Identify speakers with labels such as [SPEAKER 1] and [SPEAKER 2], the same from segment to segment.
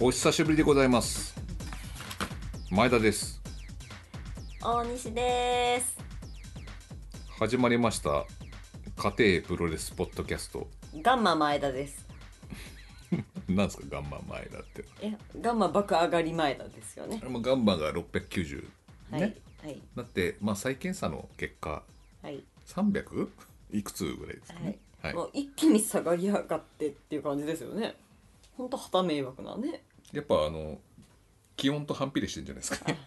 [SPEAKER 1] お久しぶりでございます前田です
[SPEAKER 2] 大西です。
[SPEAKER 1] 始まりました家庭プロレスポッドキャスト
[SPEAKER 2] ガンマ前田です。
[SPEAKER 1] なんですかガンマ前田って
[SPEAKER 2] え、ガンマ爆上がり前田ですよね
[SPEAKER 1] あ。れもガンマが690ね、
[SPEAKER 2] はい、はい、
[SPEAKER 1] だってまあ再検査の結果
[SPEAKER 2] はい、
[SPEAKER 1] 300いくつぐらいですかねはい、
[SPEAKER 2] もう一気に下がり上がってっていう感じですよね。本当旗迷惑なね。
[SPEAKER 1] やっぱあの気温と反比例してるんじゃないですかね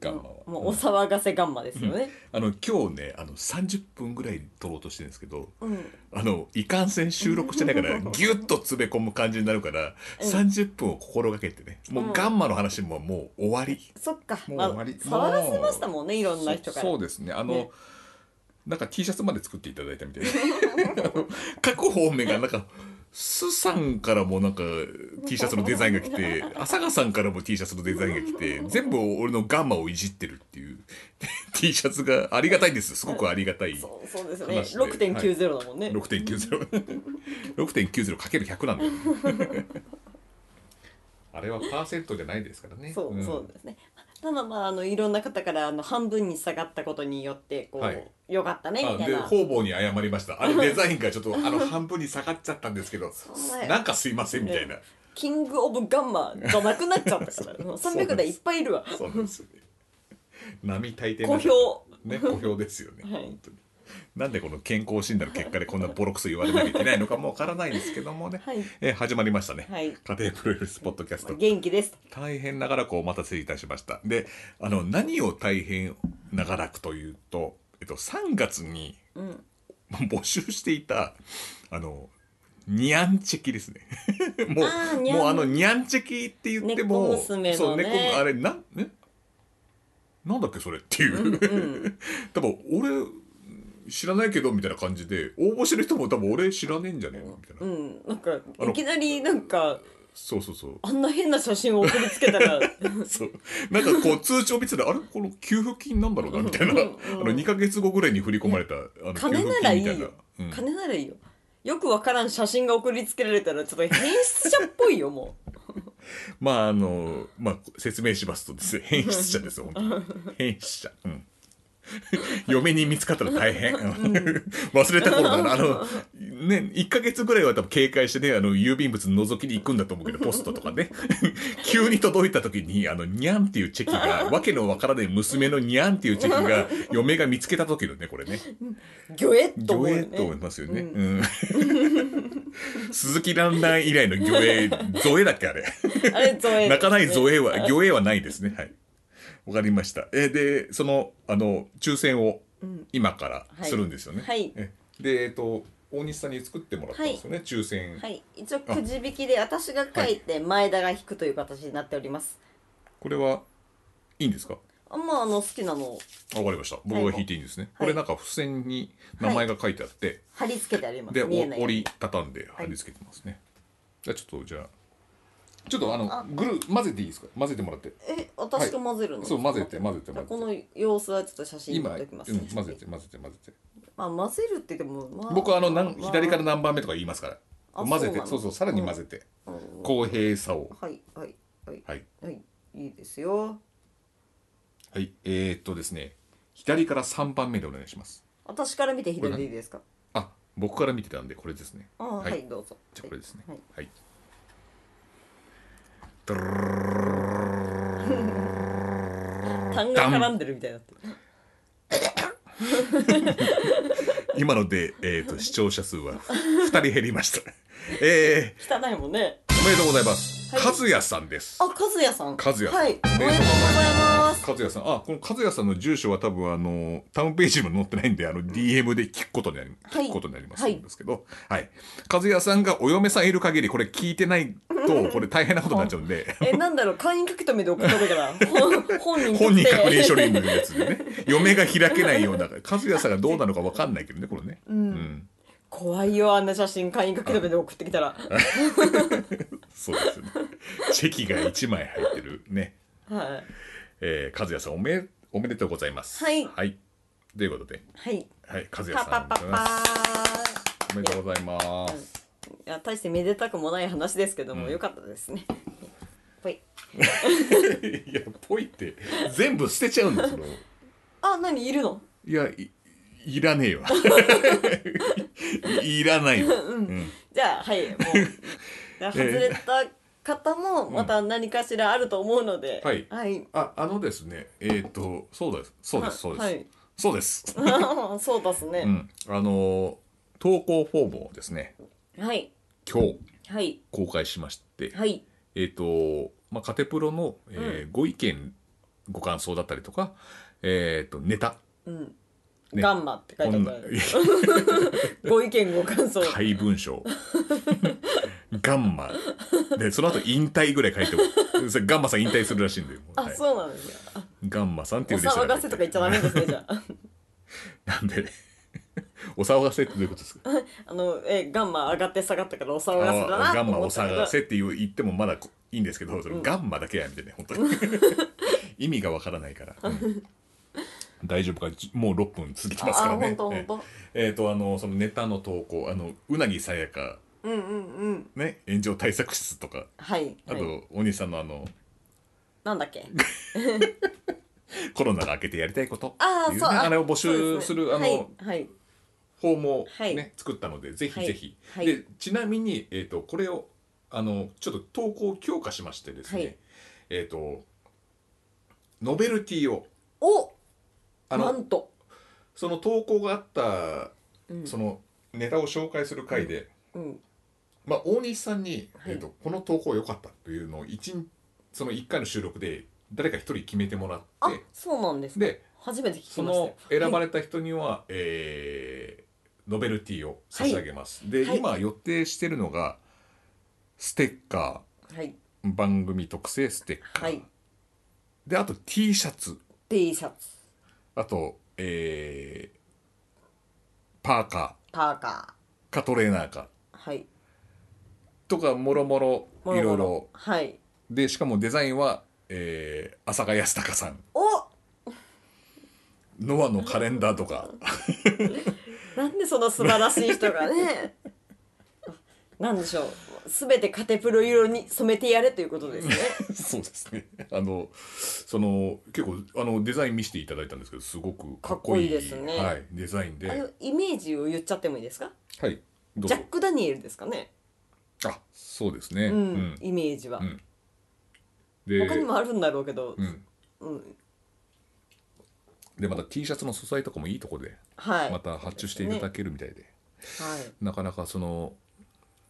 [SPEAKER 1] ガンマは
[SPEAKER 2] もうもうお騒がせガンマですよね。
[SPEAKER 1] あの今日ねあの30分ぐらい撮ろうとしてるんですけど
[SPEAKER 2] うん、
[SPEAKER 1] あのいかんせん収録してない から
[SPEAKER 2] うん
[SPEAKER 1] ギュッと詰め込む感じになるから、
[SPEAKER 2] うん
[SPEAKER 1] 30分を心がけてねも
[SPEAKER 2] う
[SPEAKER 1] うんガンマの話ももう終わり、
[SPEAKER 2] そっか、
[SPEAKER 1] もう
[SPEAKER 2] まあ、
[SPEAKER 1] 終わり
[SPEAKER 2] 騒がせましたもんね、いろんな人
[SPEAKER 1] そ
[SPEAKER 2] から。
[SPEAKER 1] そうですねあの
[SPEAKER 2] ね
[SPEAKER 1] なんか T シャツまで作っていただいたみたいな 各方面がなんかスさんからもなんか T シャツのデザインが来て朝香さんからも T シャツのデザインが来て全部俺のガンマをいじってるっていう T シャツがありがたいんですすごくありがたい。
[SPEAKER 2] そう、そうです
[SPEAKER 1] 話して
[SPEAKER 2] ね。六点九ゼロだもんね。
[SPEAKER 1] 6.90 6.90かける100なんだよ あれはパーセントじゃないですからね
[SPEAKER 2] そう、
[SPEAKER 1] ん
[SPEAKER 2] そうですね。ただまあ、あの、いろんな方から、あの、半分に下がったことによって、こう、
[SPEAKER 1] はい
[SPEAKER 2] よかったね
[SPEAKER 1] あ
[SPEAKER 2] みたい
[SPEAKER 1] で
[SPEAKER 2] な。
[SPEAKER 1] 方々に謝りましたあれデザインがちょっとあ の半分に下がっちゃったんですけど
[SPEAKER 2] そうだよ
[SPEAKER 1] なんかすいませんみたいな
[SPEAKER 2] キングオブガンマじゃなくなっちゃっ たから、もう
[SPEAKER 1] そうです
[SPEAKER 2] 300台いっぱいいるわ。
[SPEAKER 1] そうなんですよね波大抵
[SPEAKER 2] 好評。
[SPEAKER 1] ね好評ですよね、
[SPEAKER 2] はい
[SPEAKER 1] 本当になんでこの健康診断の結果でこんなボロクソ言われなきゃいけないのかもわからないですけどもね、
[SPEAKER 2] はい。
[SPEAKER 1] えー始まりましたね、
[SPEAKER 2] はい。
[SPEAKER 1] 家庭プロレスポッドキャスト
[SPEAKER 2] 元気です。
[SPEAKER 1] 大変長らくお待たせいたしましたであの何を大変長らくというと、えっと、3月に
[SPEAKER 2] うん。
[SPEAKER 1] 募集していたあのニャンチェキですね も
[SPEAKER 2] あー
[SPEAKER 1] う
[SPEAKER 2] ニャン
[SPEAKER 1] もうあのニャンチェキって言っても
[SPEAKER 2] 猫娘のね
[SPEAKER 1] そう猫あれなんえなんだっけそれっていう、
[SPEAKER 2] うん。
[SPEAKER 1] 多分俺知らないけどみたいな感じで応募してる人も多分俺知らねえんじゃねえのみたいな、
[SPEAKER 2] うん。なんか、
[SPEAKER 1] あの
[SPEAKER 2] いきなりなんか、
[SPEAKER 1] そうそうそう
[SPEAKER 2] あんな変な写真を送りつけ たら、
[SPEAKER 1] そうなんかこう通帳見てたらあれこの給付金なんだろうなみたいな、
[SPEAKER 2] うん
[SPEAKER 1] あの2ヶ月後ぐらいに振り込まれたあの給付
[SPEAKER 2] 金なら
[SPEAKER 1] 金み
[SPEAKER 2] いい
[SPEAKER 1] たいな
[SPEAKER 2] よ。
[SPEAKER 1] うん
[SPEAKER 2] 金ならいいよ。よくわからん写真が送りつけられたら、ちょっと変質者っぽいよ、も
[SPEAKER 1] まああのまあ説明しますと ですね変質者ですよ本当に変質者うん 嫁に見つかったら大変、 忘れた頃だからあのね1ヶ月ぐらいは多分警戒してねあの郵便物覗きに行くんだと 思うけどポストとかね急に届いた時にあのニャンっていうチェキ がわけのわからない娘のニャンっていうチェキが嫁が見つけた時のねこれね
[SPEAKER 2] う。ギョエッと
[SPEAKER 1] 魚
[SPEAKER 2] 思うよ
[SPEAKER 1] 影
[SPEAKER 2] ね。
[SPEAKER 1] と思いますよね。
[SPEAKER 2] う
[SPEAKER 1] うん 鈴木蘭蘭以来の魚影、ゾエだっけあれ。
[SPEAKER 2] あ れ、ゾエ。
[SPEAKER 1] 泣かないゾ
[SPEAKER 2] エ。
[SPEAKER 1] エは、魚影はないですね。はい。わかりました。え、で、その、あの、抽選を
[SPEAKER 2] うん。
[SPEAKER 1] 今からするんですよね。
[SPEAKER 2] はい。
[SPEAKER 1] えで、えっと、大西さんに作ってもらったんですよね、抽選。
[SPEAKER 2] はい。一応、くじ引きで、私が書いて、前田が引くという形になっております。
[SPEAKER 1] これは、いいんですか
[SPEAKER 2] あんまあ、あの、好きなのを
[SPEAKER 1] わかりました。僕が引いていいんですね。これなんか付箋に名前が書いてあって、
[SPEAKER 2] 貼り付けてあります。
[SPEAKER 1] で、お
[SPEAKER 2] 見えないよう
[SPEAKER 1] 折
[SPEAKER 2] に
[SPEAKER 1] りたたんで貼り付けてますね。じゃあちょっとじゃあ、ちょっとあの、
[SPEAKER 2] あ
[SPEAKER 1] ぐる、混ぜていいですか混ぜてもらって。
[SPEAKER 2] え、私が混ぜるの、
[SPEAKER 1] そう、混ぜて混ぜて
[SPEAKER 2] じゃあこ
[SPEAKER 1] 混ぜて。
[SPEAKER 2] の様子はちょっと写真
[SPEAKER 1] 今、
[SPEAKER 2] 撮っ
[SPEAKER 1] う
[SPEAKER 2] て
[SPEAKER 1] ん、
[SPEAKER 2] おきますね、
[SPEAKER 1] 混ぜて混ぜて混ぜて。
[SPEAKER 2] まあ混ぜるって言っても、まあ、
[SPEAKER 1] 僕はあの、なん
[SPEAKER 2] まあ
[SPEAKER 1] 左から何番目とか言いますから。
[SPEAKER 2] あ
[SPEAKER 1] 混ぜ
[SPEAKER 2] そう
[SPEAKER 1] て、
[SPEAKER 2] なの
[SPEAKER 1] そうそう、さらに混ぜて。
[SPEAKER 2] うん
[SPEAKER 1] 公平さを。
[SPEAKER 2] はいはいはい
[SPEAKER 1] はい。
[SPEAKER 2] はいいいですよ
[SPEAKER 1] はい。えー、っとですね、左から3番目でお願いします。
[SPEAKER 2] 私から見て左でいいですか
[SPEAKER 1] あ、僕から見てたんで、これですね。
[SPEAKER 2] あはい、
[SPEAKER 1] はい
[SPEAKER 2] どうぞ
[SPEAKER 1] じゃあこれですね。
[SPEAKER 2] はい、
[SPEAKER 1] はい。
[SPEAKER 2] 単が絡んでるみたいになってる
[SPEAKER 1] 今ので、えー、と視聴者数は2人減りました。 え
[SPEAKER 2] 汚いもんね
[SPEAKER 1] ー、おめでとうございます。
[SPEAKER 2] はい
[SPEAKER 1] 和也さんです。
[SPEAKER 2] あ、和也さ
[SPEAKER 1] 和
[SPEAKER 2] ん
[SPEAKER 1] 也さん
[SPEAKER 2] はいおめでとうございます
[SPEAKER 1] 和也さん、あ、この和也さんの住所は多分あの、タウンページにも載ってないんで、あの、DM で聞くことになり、
[SPEAKER 2] はい
[SPEAKER 1] 聞くことになります
[SPEAKER 2] はい
[SPEAKER 1] んですけど、はい。和也さんがお嫁さんいる限り、これ聞いてないと、これ大変なことになっちゃうんで、
[SPEAKER 2] え、なんだろう会員書き留めで送ったのから 本本人
[SPEAKER 1] 本人確認書
[SPEAKER 2] 理
[SPEAKER 1] 類のやつ でね、嫁が開けないような、和也さんがどうなのかわかんないけどね、これね。うん
[SPEAKER 2] 怖いよあんな写真会員書き留めで送ってきたら
[SPEAKER 1] そうですよね。チェキが1枚入ってるね。
[SPEAKER 2] はい
[SPEAKER 1] えー、和也さんおめおめでとうございます。
[SPEAKER 2] はい
[SPEAKER 1] ということで、
[SPEAKER 2] はい
[SPEAKER 1] はい、和也さん
[SPEAKER 2] パパパパー
[SPEAKER 1] おめでとうございます。おめでとうございます。
[SPEAKER 2] いや大してめでたくもない話ですけども、
[SPEAKER 1] うん
[SPEAKER 2] よかったですね
[SPEAKER 1] いやぽいって全部捨てちゃうんだその
[SPEAKER 2] あ何いるの
[SPEAKER 1] いやいいらねえわ いいらないわ、うん
[SPEAKER 2] じゃ あはいもうじゃあ外れた方もまた何かしらあると思うので、
[SPEAKER 1] うんはい
[SPEAKER 2] はい
[SPEAKER 1] ああのですねえっ、とそうですそうですそうです、
[SPEAKER 2] はい
[SPEAKER 1] そうです、
[SPEAKER 2] そうです
[SPEAKER 1] う
[SPEAKER 2] ね、
[SPEAKER 1] ん、あの投稿フォームをですね
[SPEAKER 2] はい
[SPEAKER 1] 今日
[SPEAKER 2] はい
[SPEAKER 1] 公開しまして、
[SPEAKER 2] はい
[SPEAKER 1] えっ、と、まあ、カテプロの、えーご意見ご感想だったりとかえっ、とネタ
[SPEAKER 2] うん
[SPEAKER 1] ね
[SPEAKER 2] ガンマって書いてあった
[SPEAKER 1] こんな
[SPEAKER 2] ご意見ご感想
[SPEAKER 1] 怪文章ガンマでその後引退ぐらい書いておくそれガンマさん引退するらしいんだよ、
[SPEAKER 2] あ、
[SPEAKER 1] はい
[SPEAKER 2] そうなんですよあ
[SPEAKER 1] ガンマさんって
[SPEAKER 2] お
[SPEAKER 1] いう弟子
[SPEAKER 2] 騒がせとか言っちゃダメですねじ ゃあ
[SPEAKER 1] なんでお騒がせってどういうことですか
[SPEAKER 2] あのえガンマ上がって下がったからお騒がせだ
[SPEAKER 1] あ
[SPEAKER 2] な
[SPEAKER 1] ガンマ
[SPEAKER 2] と思
[SPEAKER 1] お
[SPEAKER 2] った
[SPEAKER 1] 騒
[SPEAKER 2] けど
[SPEAKER 1] がせっていう言ってもまだこいいんですけどそれガンマだけはやめてね本当 に意味がわからないから、うん大丈夫かじもう6分過ぎてますから
[SPEAKER 2] あ
[SPEAKER 1] ね
[SPEAKER 2] 本当
[SPEAKER 1] え
[SPEAKER 2] 本
[SPEAKER 1] ええーとあのそのネタの投稿あのうなぎさやか
[SPEAKER 2] 当うんうんうん
[SPEAKER 1] ね炎上対策室とか
[SPEAKER 2] はい
[SPEAKER 1] あと、
[SPEAKER 2] はい
[SPEAKER 1] お兄さんのあの
[SPEAKER 2] なんだっけ
[SPEAKER 1] コロナが明けてやりたいこと
[SPEAKER 2] あ
[SPEAKER 1] ってい
[SPEAKER 2] ー
[SPEAKER 1] う
[SPEAKER 2] そう
[SPEAKER 1] ねあれを募
[SPEAKER 2] そう
[SPEAKER 1] 集
[SPEAKER 2] ですね
[SPEAKER 1] るあの、
[SPEAKER 2] はいはい
[SPEAKER 1] 法も、ね
[SPEAKER 2] はい
[SPEAKER 1] 作ったのでぜ
[SPEAKER 2] は
[SPEAKER 1] ひ
[SPEAKER 2] い
[SPEAKER 1] ぜひ、
[SPEAKER 2] はい
[SPEAKER 1] でちなみに、えー、とこれをあのちょっと投稿を強化しましてですね、
[SPEAKER 2] はい
[SPEAKER 1] えっ、とノベルティを
[SPEAKER 2] お
[SPEAKER 1] あ
[SPEAKER 2] な
[SPEAKER 1] の
[SPEAKER 2] んと
[SPEAKER 1] その投稿があった、
[SPEAKER 2] うん
[SPEAKER 1] そのネタを紹介する回で、
[SPEAKER 2] うん
[SPEAKER 1] まあ、大西さんに、
[SPEAKER 2] はい
[SPEAKER 1] えーとこの投稿良かったというのを一日その1回の収録で誰か1人決めてもら
[SPEAKER 2] あ
[SPEAKER 1] って
[SPEAKER 2] そうなんですか
[SPEAKER 1] で
[SPEAKER 2] 初めて聞き
[SPEAKER 1] そ
[SPEAKER 2] ました
[SPEAKER 1] の
[SPEAKER 2] よ
[SPEAKER 1] 選ば
[SPEAKER 2] れ
[SPEAKER 1] れた人には、えーノベルティを差し上げます、で、
[SPEAKER 2] はい
[SPEAKER 1] 今予定してるのがステッカ
[SPEAKER 2] はい
[SPEAKER 1] ー番組特製ステッカー、
[SPEAKER 2] はい
[SPEAKER 1] であと T シャツ
[SPEAKER 2] T シャツ
[SPEAKER 1] あと、えーパーカ
[SPEAKER 2] パーカ
[SPEAKER 1] ーかトレーナーか
[SPEAKER 2] ーはい
[SPEAKER 1] とかもろもろい
[SPEAKER 2] もも
[SPEAKER 1] ろいろ
[SPEAKER 2] はい
[SPEAKER 1] でしかもデザインは、えー、浅賀康隆さん
[SPEAKER 2] お
[SPEAKER 1] ノアのカレンダーとか
[SPEAKER 2] なんでその素晴らしい人が ねなんでしょうすべてカテプロ色に染めてやれということですね
[SPEAKER 1] そうですねあのその結構あのデザイン見せていただいたんですけどすごくかっこいい
[SPEAKER 2] かっこいいですね
[SPEAKER 1] はい、デザインで
[SPEAKER 2] あのイメージを言っちゃってもいいですか
[SPEAKER 1] はいどう
[SPEAKER 2] ジ
[SPEAKER 1] ぞ
[SPEAKER 2] ャック・ダニエルですかね
[SPEAKER 1] あそうですねう
[SPEAKER 2] う、
[SPEAKER 1] んん、
[SPEAKER 2] イメージは、
[SPEAKER 1] うんで
[SPEAKER 2] 他にもあるんだろうけど、
[SPEAKER 1] うん
[SPEAKER 2] うん
[SPEAKER 1] でまた T シャツの素材とかもいいとこで
[SPEAKER 2] はい、
[SPEAKER 1] また発注していただけるみたいで、
[SPEAKER 2] はい
[SPEAKER 1] なかなかその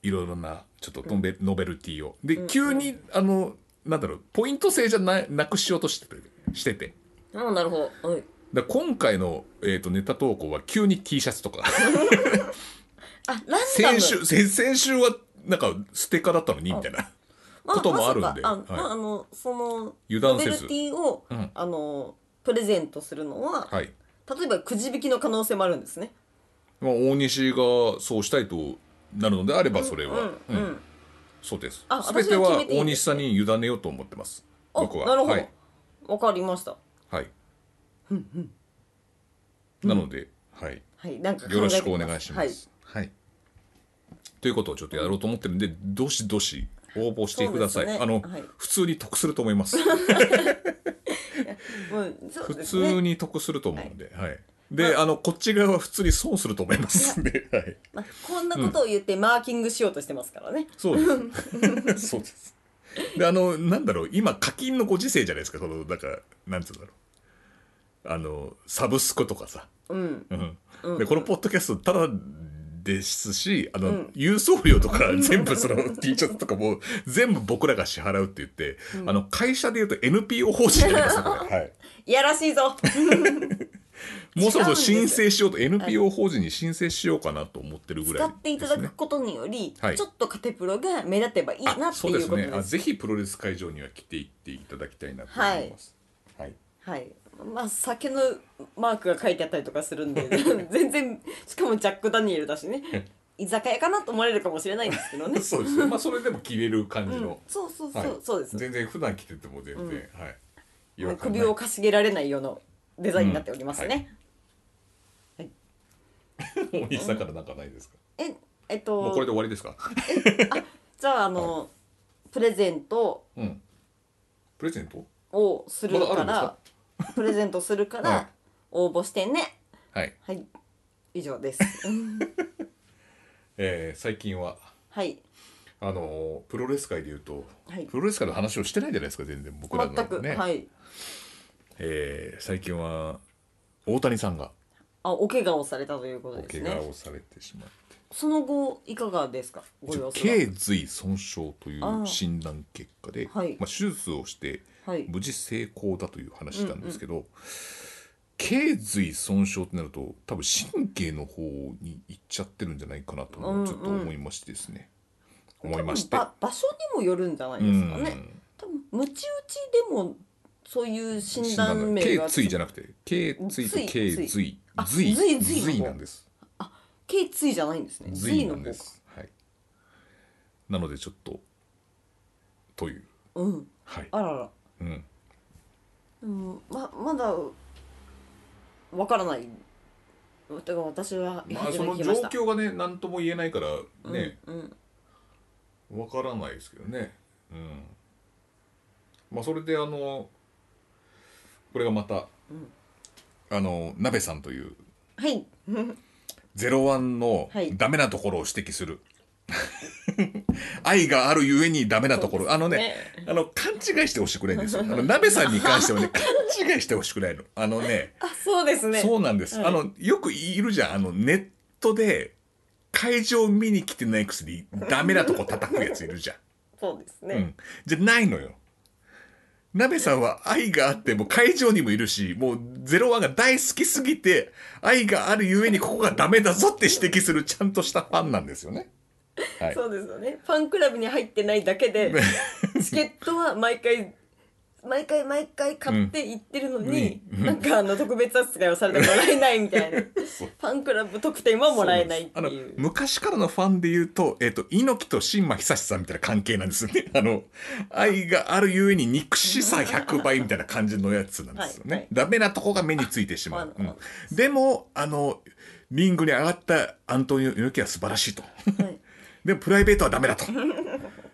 [SPEAKER 1] いろいろなちょっとノベ,、ノベルティをで、急にあのなんだろうポイント制じゃななくしようとしててしてて
[SPEAKER 2] あなるほど、はい、
[SPEAKER 1] だから今回の、えー、とネタ投稿は急に T シャツとか
[SPEAKER 2] あランダム
[SPEAKER 1] 先週先先週はなんかステッカーだったのにみたいな
[SPEAKER 2] まあ
[SPEAKER 1] こともあるんでは
[SPEAKER 2] まさかあ
[SPEAKER 1] い
[SPEAKER 2] まああのその
[SPEAKER 1] 油断せず
[SPEAKER 2] ノベルティを、
[SPEAKER 1] うん
[SPEAKER 2] あのプレゼントするのは、
[SPEAKER 1] はい、
[SPEAKER 2] 例えばくじ引きの可能性もあるんですね
[SPEAKER 1] まあ、大西がそうしたいとなるのであればそれは、
[SPEAKER 2] うん、うん
[SPEAKER 1] うんそうです
[SPEAKER 2] あ
[SPEAKER 1] 全て
[SPEAKER 2] 私が
[SPEAKER 1] は
[SPEAKER 2] 決めていい
[SPEAKER 1] 大
[SPEAKER 2] んで
[SPEAKER 1] 西
[SPEAKER 2] す
[SPEAKER 1] さんに委ねようと思ってます
[SPEAKER 2] あ
[SPEAKER 1] 僕は
[SPEAKER 2] なるほど、
[SPEAKER 1] は
[SPEAKER 2] わ
[SPEAKER 1] い、
[SPEAKER 2] かりました
[SPEAKER 1] はい、なので、はい
[SPEAKER 2] はいなんか考えて
[SPEAKER 1] よろしくお願いしま
[SPEAKER 2] はい
[SPEAKER 1] す。はい、ということをちょっとやろうと思ってるんで、どしどし応募してください。
[SPEAKER 2] そうですね
[SPEAKER 1] あの、
[SPEAKER 2] はい
[SPEAKER 1] 普通に得すると思います。
[SPEAKER 2] もうそう
[SPEAKER 1] 普
[SPEAKER 2] ですね
[SPEAKER 1] 通に得すると思うんで、はい。で、あのこっち側は普通に損すると思いますんで、はい。
[SPEAKER 2] まあ、こんなことを言ってマーキングしようとしてますからね、
[SPEAKER 1] そう です。そうです。で、あのなんだろう、今課金のご時世じゃないですか。そのだからなんつうんだろう。あのサブスクとかさ。
[SPEAKER 2] うん
[SPEAKER 1] うん、でこのポッドキャストただですしあの、郵送料とか全部その T シャツとかも全部僕らが支払うって言って、あの会社でいうと NPO 法人になりますよこ れはい、
[SPEAKER 2] いやらし いぞ
[SPEAKER 1] もうそろそろ
[SPEAKER 2] 違うん
[SPEAKER 1] 申
[SPEAKER 2] です
[SPEAKER 1] 請しようと NPO 法人に申請しようかなと思ってるぐ
[SPEAKER 2] 使
[SPEAKER 1] らい
[SPEAKER 2] っていただくことにより、
[SPEAKER 1] はい
[SPEAKER 2] ちょっとカテプロが目立てばいいな
[SPEAKER 1] あ
[SPEAKER 2] って
[SPEAKER 1] そ
[SPEAKER 2] いうう
[SPEAKER 1] です
[SPEAKER 2] ことで
[SPEAKER 1] ね
[SPEAKER 2] す
[SPEAKER 1] あぜひプロレス会場には来ていっていただきたいなと思います、はい
[SPEAKER 2] はいまあ酒のマークが書いてあったりとかするん で全然しかもジャック・ダニエルだしね居酒屋かなと思われるかもしれないんですけ どね
[SPEAKER 1] そうですねまあそれでも着れる感じの、
[SPEAKER 2] そうそうそう、
[SPEAKER 1] はい
[SPEAKER 2] そうです
[SPEAKER 1] 全然普段着てても全然、はい違和感ない
[SPEAKER 2] 首をかしげられないようなデザインになっておりますね、
[SPEAKER 1] 大西さんからなんかないですか
[SPEAKER 2] ええっ
[SPEAKER 1] もうこれで
[SPEAKER 2] と
[SPEAKER 1] 終わりですか
[SPEAKER 2] じゃああの、プレゼント
[SPEAKER 1] うんプレゼント
[SPEAKER 2] をするか
[SPEAKER 1] まだあ
[SPEAKER 2] ら、 プレゼントするか
[SPEAKER 1] はい
[SPEAKER 2] ら応募してね。
[SPEAKER 1] はい、
[SPEAKER 2] はい、以上です。うん
[SPEAKER 1] えー最近は
[SPEAKER 2] はい、
[SPEAKER 1] あのープロレス界でいうと、
[SPEAKER 2] はい
[SPEAKER 1] プロレス界の話をしてないじゃないですか全然僕らの
[SPEAKER 2] 全く、
[SPEAKER 1] ね、
[SPEAKER 2] はい。
[SPEAKER 1] えー最近は大谷さんが
[SPEAKER 2] あ、お怪我をされたということ
[SPEAKER 1] お
[SPEAKER 2] です
[SPEAKER 1] 怪我
[SPEAKER 2] ね。
[SPEAKER 1] をされてしまって
[SPEAKER 2] その後いかがですか。ご様子は。
[SPEAKER 1] 頸髄損傷とい
[SPEAKER 2] あ
[SPEAKER 1] う
[SPEAKER 2] あ
[SPEAKER 1] 診断結果で
[SPEAKER 2] はい
[SPEAKER 1] まあ、手術をして
[SPEAKER 2] はい。
[SPEAKER 1] 無事成功だという話なんですけど、頸髄損傷ってなると多分神経の方に行っちゃってるんじゃないかなと
[SPEAKER 2] うんうん
[SPEAKER 1] ちょっと思いましてですね、思いまして。
[SPEAKER 2] ば場所にもよるんじゃないうですか
[SPEAKER 1] ん
[SPEAKER 2] ね。多分ムチ打ちでもそういう診断名
[SPEAKER 1] 頸
[SPEAKER 2] が
[SPEAKER 1] 椎じゃなくて頸椎と頸髄
[SPEAKER 2] あ
[SPEAKER 1] 髄
[SPEAKER 2] 髄髄の方
[SPEAKER 1] 髄なんです
[SPEAKER 2] 頸椎じゃないんですね。
[SPEAKER 1] 髄
[SPEAKER 2] 髄
[SPEAKER 1] な
[SPEAKER 2] の
[SPEAKER 1] ん
[SPEAKER 2] 方
[SPEAKER 1] で
[SPEAKER 2] か。
[SPEAKER 1] すはいなのでちょっとという
[SPEAKER 2] うん。
[SPEAKER 1] はい、
[SPEAKER 2] あらら。
[SPEAKER 1] うん、
[SPEAKER 2] でもままだわからない。だから私は
[SPEAKER 1] まあ
[SPEAKER 2] 初
[SPEAKER 1] そ
[SPEAKER 2] め
[SPEAKER 1] の
[SPEAKER 2] て聞き
[SPEAKER 1] 状
[SPEAKER 2] ました
[SPEAKER 1] 況がね何とも言えないからね、
[SPEAKER 2] うんうん
[SPEAKER 1] わからないですけどねうんまあそれであのこれがまた、
[SPEAKER 2] うん
[SPEAKER 1] あの鍋さんという
[SPEAKER 2] はい。
[SPEAKER 1] 「ゼロワンの
[SPEAKER 2] はい
[SPEAKER 1] ダメなところを指摘する、 愛があるゆえにダメなところ、あのねあの勘違いしてほしくないんですよあの鍋さんに関してはね勘違いしてほしくないのあのね
[SPEAKER 2] あ、そうですね。
[SPEAKER 1] そうなんです、
[SPEAKER 2] はい
[SPEAKER 1] あのよくいるじゃんあのネットで会場見に来てないくせにダメなとこ叩くやついるじゃん
[SPEAKER 2] そうです ね。
[SPEAKER 1] うん、じゃないのよ。鍋さんは愛があって、もう会場にもいるし、もうゼロワンが大好きすぎて、愛があるゆえにここがダメだぞって指摘するちゃんとしたファンなんですよね。はい。
[SPEAKER 2] そうですよね。ファンクラブに入ってないだ けで、チケットは毎回、毎回毎回買って行ってるのに、なんかあの特別扱いをされてもらえないみたい な。ファンクラブ特典はもらえないって
[SPEAKER 1] そうなんで
[SPEAKER 2] い
[SPEAKER 1] す
[SPEAKER 2] う
[SPEAKER 1] あ。の昔からのファンで言うと、えっ、と、猪木と新馬久志さんみたいな関係なんですよ ね。あの、愛があるゆえに憎しさ100倍みたいな感じのやつなんですよね。
[SPEAKER 2] はいはい
[SPEAKER 1] ダメなとこが目についてしまう。
[SPEAKER 2] あ
[SPEAKER 1] うんでも、あの、リングに上がったアントニオ猪木は素晴らしいと。
[SPEAKER 2] はい
[SPEAKER 1] でもプライベートはダメだ と。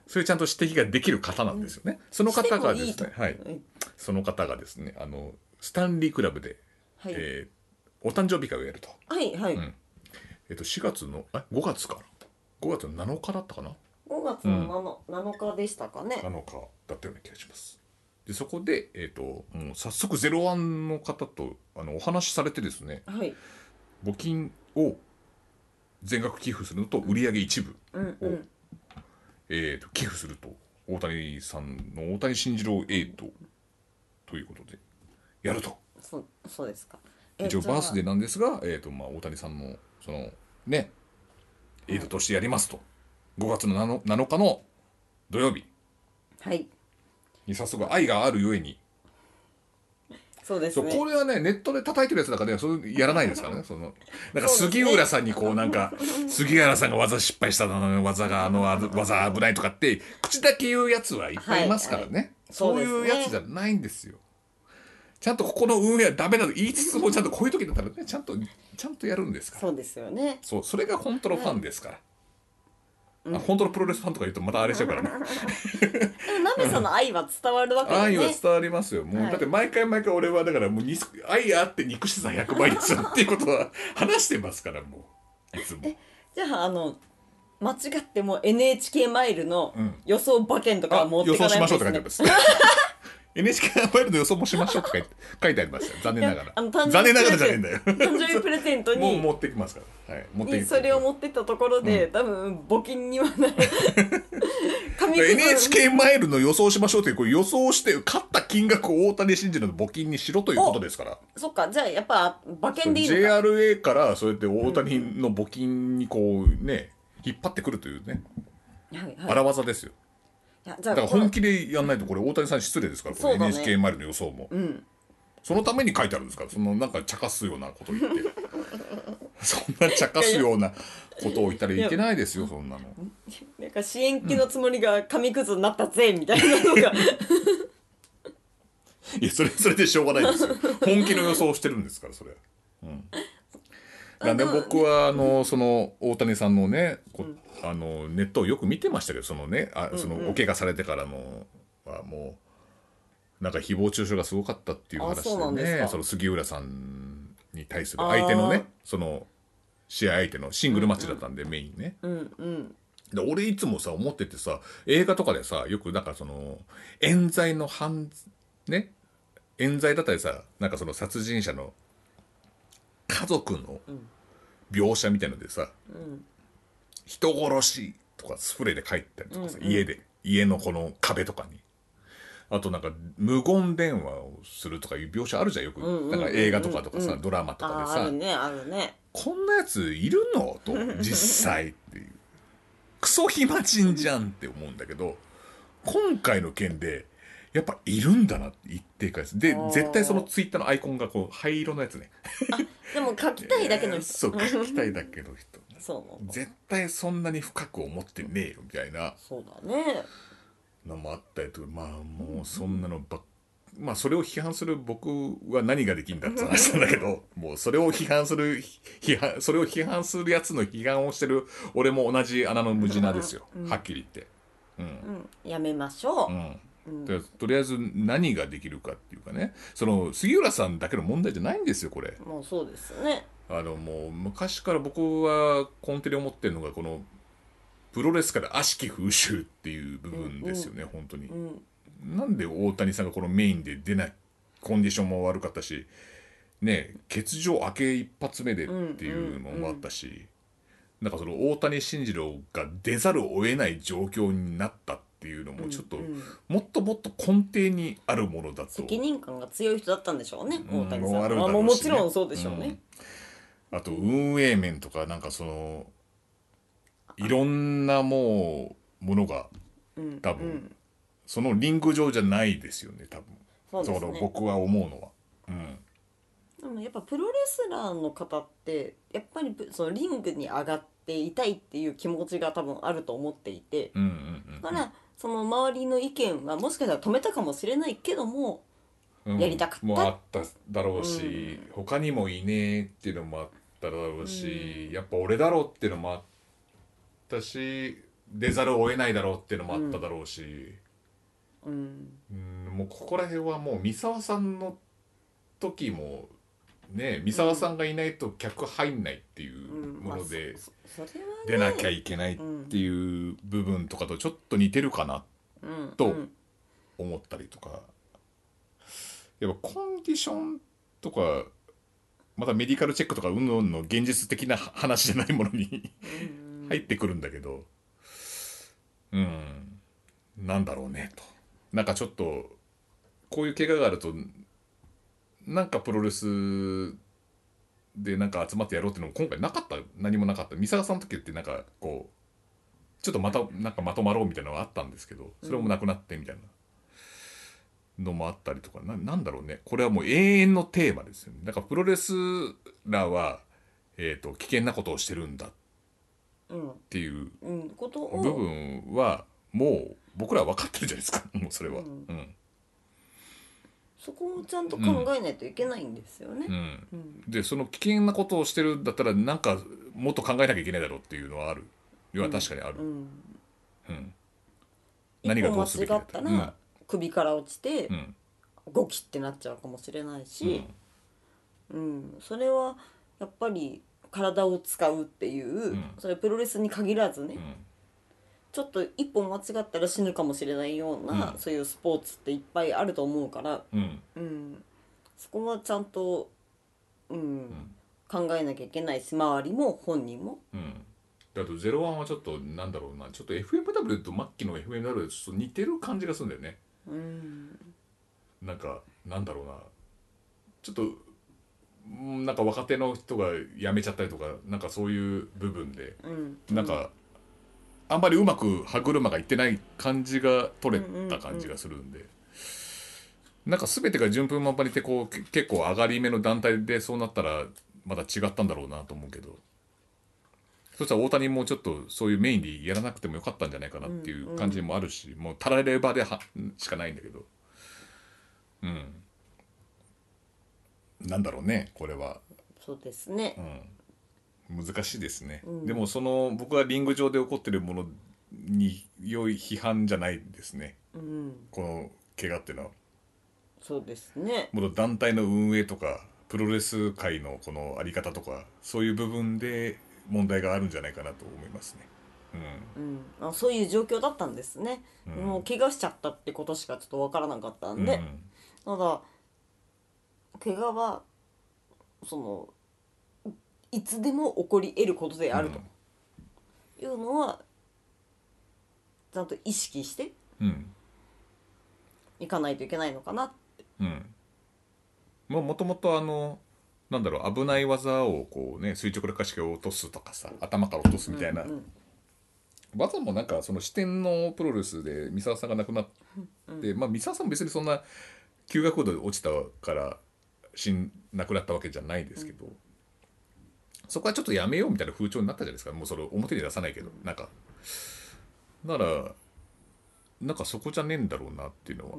[SPEAKER 1] そういうちゃんと指摘ができる方なんですよね。その方がです
[SPEAKER 2] して
[SPEAKER 1] ね
[SPEAKER 2] も、
[SPEAKER 1] はい。その方がですね、あの、スタンリークラブで、
[SPEAKER 2] はい。
[SPEAKER 1] えーお誕生日会をやると。
[SPEAKER 2] はい、はい。
[SPEAKER 1] んえっと、4月の、あ、5月から。5月の7日だったかな
[SPEAKER 2] 5月の 7,、7日でしたかね。
[SPEAKER 1] ?7 日だったような気がします。で、そこで、えっ、と、もう早速ゼロワンの方と、あの、お話しされてですね、
[SPEAKER 2] はい。
[SPEAKER 1] 募金を全額寄付するのと、売り上げ一部
[SPEAKER 2] うん
[SPEAKER 1] を、
[SPEAKER 2] うん。
[SPEAKER 1] えー、と寄付すると大谷さんの大谷慎次郎エイトということでやると
[SPEAKER 2] そう、そうですか。え
[SPEAKER 1] 一応バースデー
[SPEAKER 2] ー。
[SPEAKER 1] なんですが、えーとまあ、大谷さんのそのねエイトとしてやりますと5月の 7, 7日の土曜日
[SPEAKER 2] はい。
[SPEAKER 1] に早速愛があるゆえに
[SPEAKER 2] そうです
[SPEAKER 1] そう
[SPEAKER 2] ね。
[SPEAKER 1] これはねネットで叩いてるやつだからねそれやらないです からねそのなんか
[SPEAKER 2] そうですね
[SPEAKER 1] 杉浦さんにこうなん か杉浦さんが技失敗したの技があのあ技危ないとかって口だけ言うやつはいっぱいいますからね、
[SPEAKER 2] はいは
[SPEAKER 1] そうい
[SPEAKER 2] そう
[SPEAKER 1] う
[SPEAKER 2] ですね
[SPEAKER 1] やつじゃないんですよ。ちゃんとここの運営はダメだと言いつつもちゃんとこういう時だったらねちゃんとちゃんとやるんですから
[SPEAKER 2] そうですよね。
[SPEAKER 1] そうそれが本当のファンですから、あ本当のプロレスファンとか言うとまたあれしちゃうからね
[SPEAKER 2] でも、ナベさんの愛は伝わるわけですね。
[SPEAKER 1] 愛は伝わりますよ。もう、
[SPEAKER 2] はい
[SPEAKER 1] だって毎回毎回俺はだからもうに愛あって憎しさ100倍ですよっていうことは話してますからもういつも。
[SPEAKER 2] じゃああの間違っても NHK マイルの
[SPEAKER 1] うん
[SPEAKER 2] 予想馬券とかは持
[SPEAKER 1] あ
[SPEAKER 2] っ
[SPEAKER 1] 予
[SPEAKER 2] て
[SPEAKER 1] 想
[SPEAKER 2] かな
[SPEAKER 1] し
[SPEAKER 2] い
[SPEAKER 1] ま
[SPEAKER 2] わ
[SPEAKER 1] しょう
[SPEAKER 2] け
[SPEAKER 1] って書いてありま
[SPEAKER 2] です
[SPEAKER 1] す。NHK マイルの予想もしましょうって書いて書いてありますよ残念ながら
[SPEAKER 2] いやあの誕生日
[SPEAKER 1] 残念ながらじゃねえんだよ
[SPEAKER 2] ね誕生日プレゼント
[SPEAKER 1] もう
[SPEAKER 2] に
[SPEAKER 1] 持ってきますから、はい、持ってき
[SPEAKER 2] にそれを持ってったところで、多分募金には なる紙くず
[SPEAKER 1] NHK マイルの予想しましょうというこれ予想して勝った金額を大谷慎二郎の募金にしろということですから
[SPEAKER 2] そっかじゃあやっぱ馬
[SPEAKER 1] そ
[SPEAKER 2] 券
[SPEAKER 1] う
[SPEAKER 2] でいいのか
[SPEAKER 1] JRA からそうやって大谷の募金にこうね引っ張ってくるというね
[SPEAKER 2] はいはい
[SPEAKER 1] 荒技ですよ
[SPEAKER 2] いやじゃあ
[SPEAKER 1] だから
[SPEAKER 2] この
[SPEAKER 1] 本気でやんないとこれ大谷さん失礼ですからこれ
[SPEAKER 2] そうだね
[SPEAKER 1] NHK マイルの予想も、
[SPEAKER 2] ん
[SPEAKER 1] そのために書いてあるんですからそのなんか茶化すようなこと言ってそんな茶化すようなことを言ったらいけないですよそんなの
[SPEAKER 2] なんか支援金のつもりが紙くずになったぜみたいなのが
[SPEAKER 1] いやそれは それでしょうがないです よ本気の予想をしてるんですからそれうんなんで僕はあのその大谷さんのねこあのネットをよく見てましたけどそのねあそのお怪我されてからのはもうなんか誹謗中傷がすごかったっていう
[SPEAKER 2] あそうな
[SPEAKER 1] 話
[SPEAKER 2] ん
[SPEAKER 1] で
[SPEAKER 2] です
[SPEAKER 1] ね
[SPEAKER 2] か
[SPEAKER 1] その杉浦さんに対する相手の
[SPEAKER 2] あー
[SPEAKER 1] ねその試合相手のシングルマッチだったんで、メインね、
[SPEAKER 2] うんうん
[SPEAKER 1] で俺いつもさ思っててさ映画とかでさよくなんかその冤罪の犯ね冤罪だったりさなんかその殺人者の家族の描写みたいのでさ、人殺しとかスプレーで書いてたりとかさ、家で家のこの壁とかにあとなんか無言電話をするとかいう描写あるじゃんよく、なんか映画とかとかさ、ドラマとか
[SPEAKER 2] あ
[SPEAKER 1] で
[SPEAKER 2] ーあ
[SPEAKER 1] さ
[SPEAKER 2] るねあるね
[SPEAKER 1] こんなやついるの と実際っていうクソ暇人じゃんって思うんだけど今回の件でやっぱいるんだなって一定回数で
[SPEAKER 2] あー
[SPEAKER 1] 絶対そのツイッターのアイコンがこう灰色のやつね
[SPEAKER 2] でも書きたいだけの人、
[SPEAKER 1] そう書きたいだけの人
[SPEAKER 2] そうなんだ
[SPEAKER 1] 絶対そんなに深く思ってねえよみたいな
[SPEAKER 2] そうだね
[SPEAKER 1] のもあったりとかまあもうそんなのばっまあそれを批判する僕は何ができるんだって話なんだけどもうそれを批判する批判それを批判するやつの批判をしてる俺も同じ穴の無地なですよ、はっきり言って。
[SPEAKER 2] うんやめましょう、
[SPEAKER 1] うんだからとりあえず何ができるかっていうかねその杉浦さんだけの問題じゃないんですよこれ。
[SPEAKER 2] もうそうですね
[SPEAKER 1] あのもう昔から僕は根底で思ってるのがこのプロレスから悪しき風習っていう部分ですよね、本当に、なんで大谷さんがこのメインで出ないコンディションも悪かったしね欠場明け一発目でっていうのもあったし、なんかその大谷慎次郎が出ざるを得ない状況になったっていうのもちょっと、もっともっと根底にあるものだと
[SPEAKER 2] 責任感が強い人だったんでしょうね
[SPEAKER 1] うん
[SPEAKER 2] 大谷さ
[SPEAKER 1] も
[SPEAKER 2] ん
[SPEAKER 1] うあ
[SPEAKER 2] は、
[SPEAKER 1] る
[SPEAKER 2] ま
[SPEAKER 1] だ
[SPEAKER 2] あ、
[SPEAKER 1] ろうしね
[SPEAKER 2] もうもちろんそうでしょうね、
[SPEAKER 1] あと運営面とかなんかそのいろんなもうものが多分、そのリング上じゃないですよね多分
[SPEAKER 2] そうですね
[SPEAKER 1] の僕は思うのは。うん
[SPEAKER 2] でもやっぱプロレスラーの方ってやっぱりぶそのリングに上がっていたいっていう気持ちが多分あると思っていて、
[SPEAKER 1] うんうん
[SPEAKER 2] だからその周りの意見はもしかしたら止めたかもしれないけども
[SPEAKER 1] うんうん
[SPEAKER 2] やりたかった
[SPEAKER 1] もうあっただろうし、他にもいねえっていうのもあっただろうし、やっぱ俺だろうっていうのもあったし出ざるを得ないだろうっていうのもあっただろうし。
[SPEAKER 2] うん
[SPEAKER 1] うんもうここら辺はもう三沢さんの時もね三沢さんがいないと客入んないっていううんもので
[SPEAKER 2] まあ、そそれはね
[SPEAKER 1] 出なきゃいけないっていう部分とかとちょっと似てるかな
[SPEAKER 2] うん
[SPEAKER 1] と
[SPEAKER 2] うん
[SPEAKER 1] 思ったりとかやっぱコンディションとかまたメディカルチェックとかうんぬんの現実的な話じゃないものに入ってくるんだけどうんなんだろうねとなんかちょっとこういう怪我があるとなんかプロレスでなんか集まってやろうっていうのも今回なかった何もなかった三沢さんの時ってなんかこうちょっとまたなんかまとまろうみたいなのがあったんですけどそれもなくなってみたいなのもあったりとかななんだろうねこれはもう永遠のテーマですよねだからプロレスラーは、えー、と危険なことをしてるんだっ
[SPEAKER 2] うん
[SPEAKER 1] ていう
[SPEAKER 2] うんこと
[SPEAKER 1] 部
[SPEAKER 2] を
[SPEAKER 1] 分はもう僕らは分かってるじゃないですか もうそれは。
[SPEAKER 2] うん
[SPEAKER 1] うん
[SPEAKER 2] そこをちゃんと考えないといけないんですよね、
[SPEAKER 1] うんでその危険なことをしてるんだったらなんかもっと考えなきゃいけないだろうっていうのはある要は確かにある、
[SPEAKER 2] うん
[SPEAKER 1] 何がどうすべきだ
[SPEAKER 2] 一歩間違ったら首から落ちて
[SPEAKER 1] うんうん
[SPEAKER 2] ゴキってなっちゃうかもしれないし、うんそれはやっぱり体を使うっていう、
[SPEAKER 1] ん
[SPEAKER 2] それプロレスに限らずね、
[SPEAKER 1] ん
[SPEAKER 2] ちょっと一歩間違ったら死ぬかもしれないような、
[SPEAKER 1] うん
[SPEAKER 2] そういうスポーツっていっぱいあると思うから、
[SPEAKER 1] うん
[SPEAKER 2] うん、そこはちゃんと、うん考えなきゃいけないし周りも本人も。
[SPEAKER 1] うんだと01はちょっとなんだろうなちょっと FMW と末期の FMW とちょっと似てる感じがするんだよね
[SPEAKER 2] うん
[SPEAKER 1] なんかなんだろうなちょっとうんなんか若手の人が辞めちゃったりとかなんかそういう部分で
[SPEAKER 2] うん
[SPEAKER 1] なんか、あんまりうまく歯車がいってない感じが取れた感じがするんで、なんか全てが順風満帆にてこうけ結構上がり目の団体でそうなったらまだ違ったんだろうなと思うけどそしたら大谷もちょっとそういうメインでやらなくてもよかったんじゃないかなっていう感じもあるし、もうたらればではしかないんだけどうんなんだろうねこれは。
[SPEAKER 2] そうですね、
[SPEAKER 1] 難しいですね、でもその僕はリング上で起こってるものに良い批判じゃないですね、この怪我っていうのは
[SPEAKER 2] そうですね
[SPEAKER 1] もっと団体の運営とかプロレス界のこのあり方とかそういう部分で問題があるんじゃないかなと思いますね。
[SPEAKER 2] うん、あそういう状況だったんですね、
[SPEAKER 1] うん
[SPEAKER 2] もう怪我しちゃったってことしかちょっと分からなかった
[SPEAKER 1] うんん、
[SPEAKER 2] で、ただ怪我はそのいつでも起こり得ることであるというのは、ちゃんと意識して
[SPEAKER 1] うん
[SPEAKER 2] いかないといけないのかな
[SPEAKER 1] うんまあもともとあのなんだろう危ない技をこうね垂直落下式を落とすとかさ頭から落とすみたいな、
[SPEAKER 2] うんうん
[SPEAKER 1] 技もなんかその四天王プロレスで三沢さんが亡くなって、まあ三沢さんも別にそんな急学度で落ちたから死ん亡くなったわけじゃないですけど、そこはちょっとやめようみたいな風潮になったじゃないですかもうそれ表に出さないけどなんかならなんかそこじゃねえんだろうなっていうのは、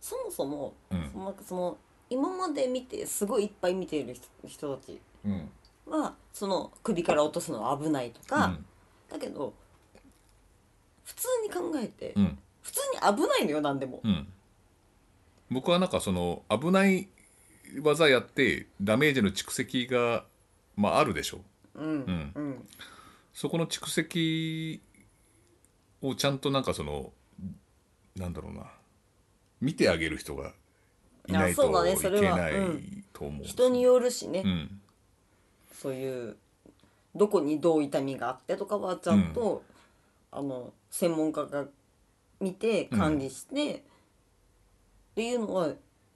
[SPEAKER 2] そもそも、
[SPEAKER 1] うん
[SPEAKER 2] そのその今まで見てすごいいっぱい見ている人人たち
[SPEAKER 1] うん
[SPEAKER 2] はその首から落とすのは危ないとか、だけど普通に考えて、
[SPEAKER 1] うんうん
[SPEAKER 2] 普通に危ないのよ何でも、
[SPEAKER 1] うん、僕はなんかその危ない技やってダメージの蓄積が、まあ、あるでしょ
[SPEAKER 2] うんうん
[SPEAKER 1] そこの蓄積をちゃんとなんかそのなんだろうな見てあげる人がいない
[SPEAKER 2] あそうだ
[SPEAKER 1] と
[SPEAKER 2] ね
[SPEAKER 1] い
[SPEAKER 2] それ
[SPEAKER 1] け
[SPEAKER 2] は
[SPEAKER 1] ない
[SPEAKER 2] うん
[SPEAKER 1] と思う、
[SPEAKER 2] 人によるしね、
[SPEAKER 1] うん
[SPEAKER 2] そういうどこにどう痛みがあってとかはちゃんと、あの専門家が見て管理して、っていうのは、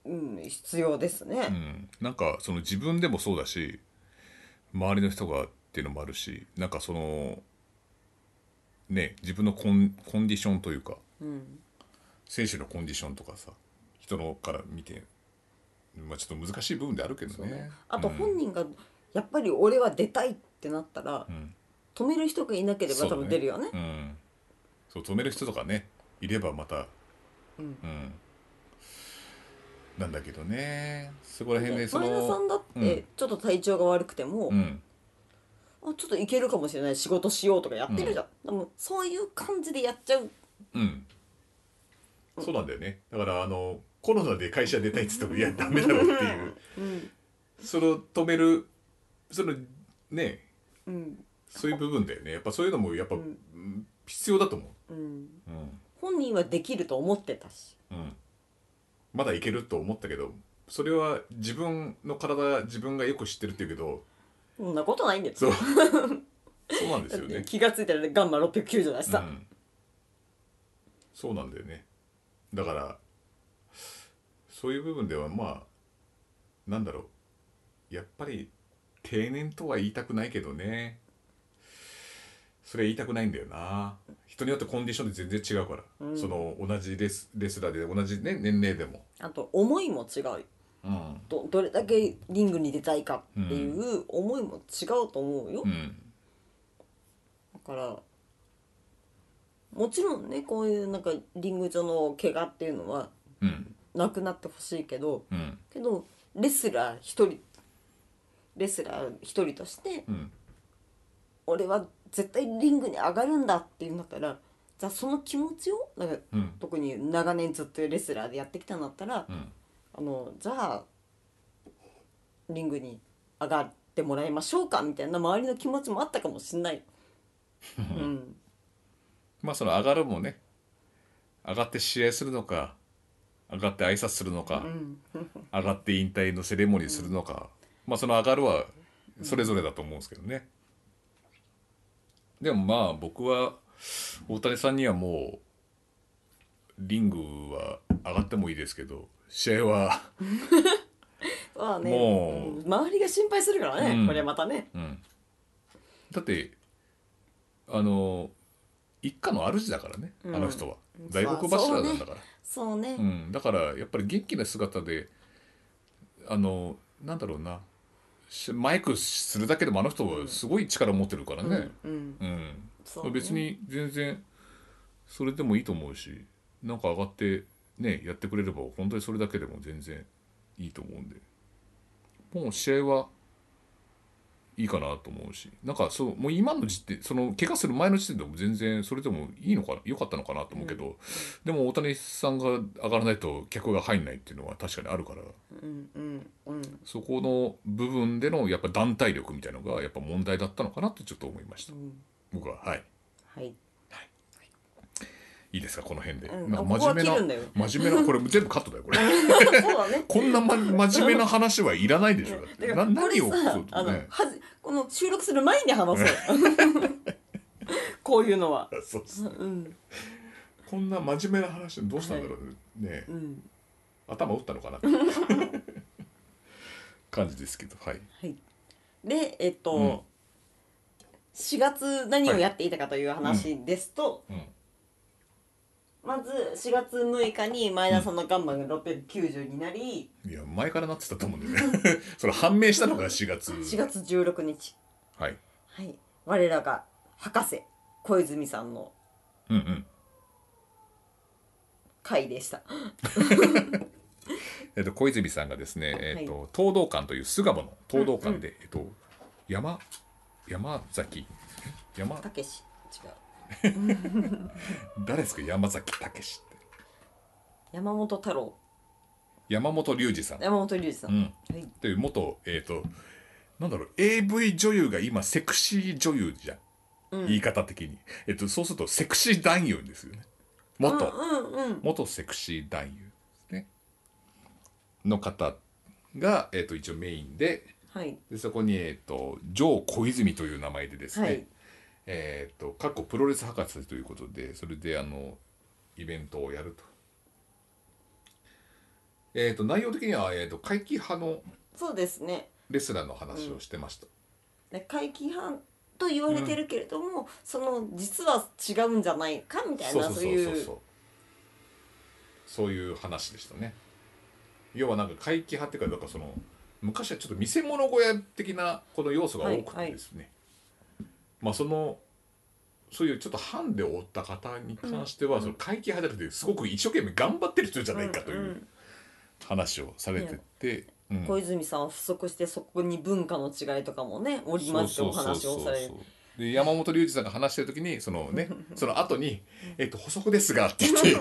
[SPEAKER 2] うん、必要ですね。
[SPEAKER 1] うん、なんかその自分でもそうだし周りの人がっていうのもあるしなんかそのね自分のコンコンディションというか
[SPEAKER 2] うん
[SPEAKER 1] 選手のコンディションとかさ人のから見て、まあ、ちょっと難しい部分であるけど
[SPEAKER 2] そうね
[SPEAKER 1] ね。
[SPEAKER 2] あと
[SPEAKER 1] うん
[SPEAKER 2] 本人がやっぱり俺は出たいってなったら、
[SPEAKER 1] ん
[SPEAKER 2] 止める人がいなければ
[SPEAKER 1] そう
[SPEAKER 2] 多
[SPEAKER 1] だ
[SPEAKER 2] 分出るよね。
[SPEAKER 1] うん、そう止める人とかねいればまた、
[SPEAKER 2] うん
[SPEAKER 1] なんだけどねそこら辺で
[SPEAKER 2] で
[SPEAKER 1] そ
[SPEAKER 2] 前田さ
[SPEAKER 1] の
[SPEAKER 2] んだってちょっと体調が悪くても、
[SPEAKER 1] うん
[SPEAKER 2] あちょっといけるかもしれない仕事しようとかやってるじゃん、でもそういう感じでやっちゃう
[SPEAKER 1] うんそうなんだよねだからあのコロナで会社出たいっつってもいやダメだろうっていう、その止めるそのね
[SPEAKER 2] うん
[SPEAKER 1] そういう部分だよねやっぱそういうのもやっぱ、うん必要だと思
[SPEAKER 2] うん
[SPEAKER 1] う、うん
[SPEAKER 2] 本人はできると思ってたし
[SPEAKER 1] うん、まだいけると思ったけどそれは自分の体自分がよく知ってるっていうけど
[SPEAKER 2] そんなことないんだよ
[SPEAKER 1] そう そうなんですよ
[SPEAKER 2] だっ
[SPEAKER 1] ね
[SPEAKER 2] て、気が付いたらガンマ690だし
[SPEAKER 1] う
[SPEAKER 2] さ、
[SPEAKER 1] ん、そうなんだよねだからそういう部分ではまあなんだろうやっぱり定年とは言いたくないけどねそれ言いたくないんだよな人によってコンディションで全然違うから、その同じレスレスラーで同じ、ね、年齢でも、
[SPEAKER 2] あと思いも違う
[SPEAKER 1] うん、
[SPEAKER 2] どどれだけリングに出たいかっていう思いも違うと思うよ、
[SPEAKER 1] うん
[SPEAKER 2] だからもちろんねこういうなんかリング上の怪我っていうのは
[SPEAKER 1] うん
[SPEAKER 2] なくなってほしいけど
[SPEAKER 1] うん
[SPEAKER 2] けどレスラー一人レスラー一人として
[SPEAKER 1] うん
[SPEAKER 2] 俺は絶対リングに上がるんだっていうんだったらじゃあその気持ちをなんか
[SPEAKER 1] うん
[SPEAKER 2] 特に長年ずっとレスラーでやってきたんだったら、
[SPEAKER 1] うん
[SPEAKER 2] あのじゃあリングに上がってもらいましょうかみたいな周りの気持ちもあったかもしん ない。うん、
[SPEAKER 1] まあその上がるもね上がって試合するのか上がって挨拶するのか、上がって引退のセレモニーするのか、まあその上がるはそれぞれだと思うんですけどね、でもまあ僕は大谷さんにはもうリングは上がってもいいですけど試合は
[SPEAKER 2] まあね
[SPEAKER 1] もう
[SPEAKER 2] うん周りが心配するからね、
[SPEAKER 1] うん
[SPEAKER 2] これまたね。
[SPEAKER 1] だってあの一家の主だからね、あの人は大黒柱なんだから。
[SPEAKER 2] そうね、
[SPEAKER 1] うん、だからやっぱり元気な姿であのなんだろうなしマイクするだけでもあの人はすごい力持ってるからね、
[SPEAKER 2] うん、
[SPEAKER 1] うん
[SPEAKER 2] そうね
[SPEAKER 1] 別に全然それでもいいと思うしなんか上がってねやってくれれば本当にそれだけでも全然いいと思うんでもう試合はいいかなと思うしなんかそうもう今の時点その怪我する前の時点でも全然それでもいいのか良かったのかなと思うけど、でも大谷さんが上がらないと客が入んないっていうのは確かにあるから
[SPEAKER 2] うんうんうん
[SPEAKER 1] そこの部分でのやっぱ団体力みたいのがやっぱ問題だったのかなってちょっと思いました、
[SPEAKER 2] ん
[SPEAKER 1] 僕ははい
[SPEAKER 2] はい
[SPEAKER 1] いいですかこの辺で、
[SPEAKER 2] うん
[SPEAKER 1] なん
[SPEAKER 2] こ
[SPEAKER 1] か
[SPEAKER 2] こ
[SPEAKER 1] 真面
[SPEAKER 2] は
[SPEAKER 1] 目
[SPEAKER 2] 切
[SPEAKER 1] な
[SPEAKER 2] るんだよ
[SPEAKER 1] 真面目なこれ全部カットだよこれ
[SPEAKER 2] そうだね
[SPEAKER 1] こんな、ま、真面目な話はいらないでしょだって
[SPEAKER 2] だか
[SPEAKER 1] な
[SPEAKER 2] らこ
[SPEAKER 1] 何
[SPEAKER 2] れ
[SPEAKER 1] を
[SPEAKER 2] さ
[SPEAKER 1] そう
[SPEAKER 2] あの、
[SPEAKER 1] ね
[SPEAKER 2] はじこの収録する前 に話そうこういうのは
[SPEAKER 1] そうそう
[SPEAKER 2] うん
[SPEAKER 1] こんな真面目な話どうしたんだろうね、ね
[SPEAKER 2] うん
[SPEAKER 1] 頭打ったの かな感じですけどはい
[SPEAKER 2] はいでえっと、
[SPEAKER 1] うん
[SPEAKER 2] 4月何をやっていたかという話ですと、
[SPEAKER 1] うん
[SPEAKER 2] まず4月6日に前田さんのガンマが690になり、
[SPEAKER 1] いや前からなってたと思うんだよね それ判明したのが4月
[SPEAKER 2] 4月16日
[SPEAKER 1] はい
[SPEAKER 2] はい我らが博士小泉さんの
[SPEAKER 1] うんうん
[SPEAKER 2] 回でした
[SPEAKER 1] えっと小泉さんがですね、
[SPEAKER 2] い
[SPEAKER 1] えっと東道館という巣鴨の東道館で、えっと山山崎山
[SPEAKER 2] たけし違う
[SPEAKER 1] 誰ですか山崎武史って
[SPEAKER 2] 山本太郎
[SPEAKER 1] 山本龍二さん、
[SPEAKER 2] 山本龍二さん、
[SPEAKER 1] うん、
[SPEAKER 2] はい
[SPEAKER 1] という元えっ、となんだろう AV 女優が今セクシー女優じゃん、言い方的に、えっと、そうするとセクシー男優ですよね元、
[SPEAKER 2] うんうんうん
[SPEAKER 1] 元セクシー男優ですねの方が、えー、と一応メインで
[SPEAKER 2] はい
[SPEAKER 1] でそこに、えー、とジョー小泉という名前でですね、
[SPEAKER 2] はい
[SPEAKER 1] えー、とかっこプロレス博士ということでそれであのイベントをやると。えー、と内容的には、えー、と怪奇派の
[SPEAKER 2] そうですね
[SPEAKER 1] レスラーの話をしてました。
[SPEAKER 2] で怪奇犯と言われてるけれども、その実は違うんじゃないかみたいなそういう
[SPEAKER 1] うそういう話でしたね要はなんか怪奇派っていうかなんかその昔はちょっと見せ物小屋的なこの要素が多く
[SPEAKER 2] はいは
[SPEAKER 1] て
[SPEAKER 2] い
[SPEAKER 1] ですね、まあそのそういうちょっとハで負った方に関しては、その怪奇派じゃなくてすごく一生懸命頑張ってる人じゃないかとい
[SPEAKER 2] んう
[SPEAKER 1] う話をされてて、うん
[SPEAKER 2] 小泉さんは不足してそこに文化の違いとかもね織り交ぜてお話をされる
[SPEAKER 1] で山本龍二さんが話してる時にその ねその後に「えっと補足ですが」って言 って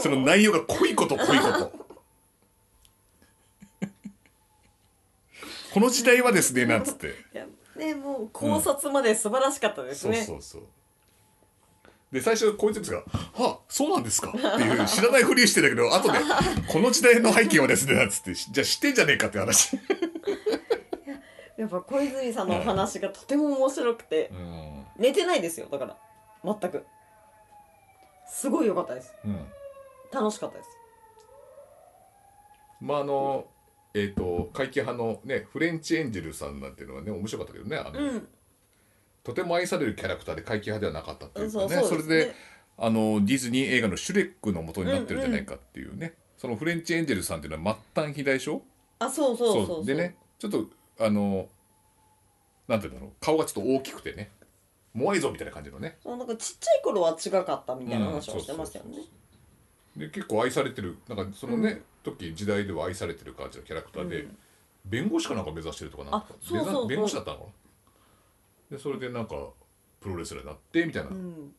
[SPEAKER 1] その内容が濃い こと濃いことこの時代はですねなんつって
[SPEAKER 2] いやねもう考察まで素晴らしかったです
[SPEAKER 1] そう
[SPEAKER 2] ね、
[SPEAKER 1] そうそうで最初小泉さんが「はあそうなんですか」っていう知らないふりしてたけど 後で「この時代の背景はですね」なんつって「じゃあ知ってんじゃねえか」って話
[SPEAKER 2] やっぱ小泉さんのお話がとても面白くて、
[SPEAKER 1] うん
[SPEAKER 2] 寝てないですよだから全くすごい良かったです
[SPEAKER 1] うん
[SPEAKER 2] 楽しかったです
[SPEAKER 1] まああのえっ、と会計派のねフレンチエンジェルさんなんていうのはね面白かったけどねあの、
[SPEAKER 2] うん
[SPEAKER 1] とても愛されるキャラクターで会計派ではなかったっていうかね
[SPEAKER 2] そうそうですね
[SPEAKER 1] れであのディズニー映画の「シュレック」の元になってるんじゃないかっていうね、そのフレンチエンジェルさんっていうのは末端肥大症
[SPEAKER 2] あそうそうそうそう
[SPEAKER 1] でねちょっとあのなんていうんだろう顔がちょっと大きくてねモアイ像みたいな感じのね
[SPEAKER 2] そうなんかちっちゃい頃は違かったみたいな話をしてましたよね、
[SPEAKER 1] で結構愛されてるなんかそのね、時時代では愛されてる感じのキャラクターで、弁護士かなんか目指してるとかなんか
[SPEAKER 2] あそうそうそう
[SPEAKER 1] 弁護士だったのかなでそれでなんかプロレスラーになってみたいな
[SPEAKER 2] うん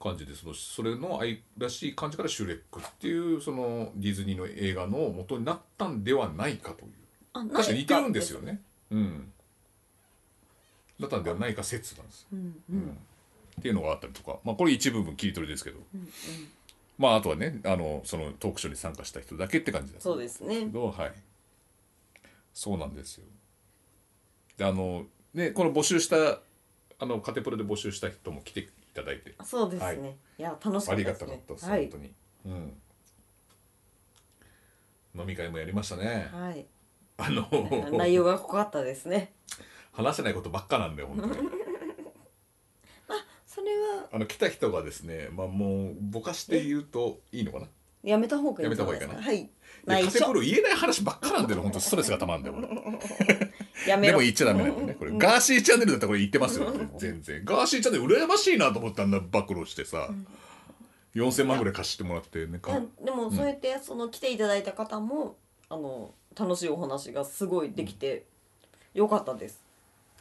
[SPEAKER 1] 感じでそのそれの愛らしい感じから「シュレック」っていうそのディズニーの映画の元になったんではないかという
[SPEAKER 2] あなん
[SPEAKER 1] 確かに似てるんですよねうんだったんではないか説なんですよ
[SPEAKER 2] うん
[SPEAKER 1] っていうのがあったりとか、まあ、これ一部分切り取りですけど、まああとはねあのそのトークショーに参加した人だけって感じだ
[SPEAKER 2] そうですね
[SPEAKER 1] けどはいそうなんですよであのねこの募集したあのカテプロで募集した人も来ていただいて
[SPEAKER 2] そうですね、
[SPEAKER 1] はい
[SPEAKER 2] い、や楽しか
[SPEAKER 1] あ
[SPEAKER 2] った
[SPEAKER 1] り
[SPEAKER 2] で
[SPEAKER 1] が
[SPEAKER 2] す
[SPEAKER 1] たかったです、
[SPEAKER 2] ねは
[SPEAKER 1] 本
[SPEAKER 2] い
[SPEAKER 1] 当に、うん、飲み会もやりましたね
[SPEAKER 2] はい
[SPEAKER 1] あの
[SPEAKER 2] 内容が濃かったですね
[SPEAKER 1] 話せないことばっかなんで本当に
[SPEAKER 2] それは
[SPEAKER 1] あの来た人がですねまあもうぼかして言うといいのかな
[SPEAKER 2] やめた方がいいんじゃないです
[SPEAKER 1] やめた方がいいかな
[SPEAKER 2] は
[SPEAKER 1] い
[SPEAKER 2] い
[SPEAKER 1] やカ
[SPEAKER 2] 内
[SPEAKER 1] テプ
[SPEAKER 2] 緒
[SPEAKER 1] ロ言えない話ばっかなんでね本当ストレスがたまんで俺
[SPEAKER 2] やめ
[SPEAKER 1] で
[SPEAKER 2] ろ
[SPEAKER 1] も言っちゃダメなんだよねこれガーシーチャンネルだったらこれ言ってますよ全然ガーシーチャンネル羨ましいなと思ったあんな暴露してさ4000万ぐらい貸してもらってね
[SPEAKER 2] いやでもそうやってその来ていただいた方も、あの楽しいお話がすごいできて、良かったです、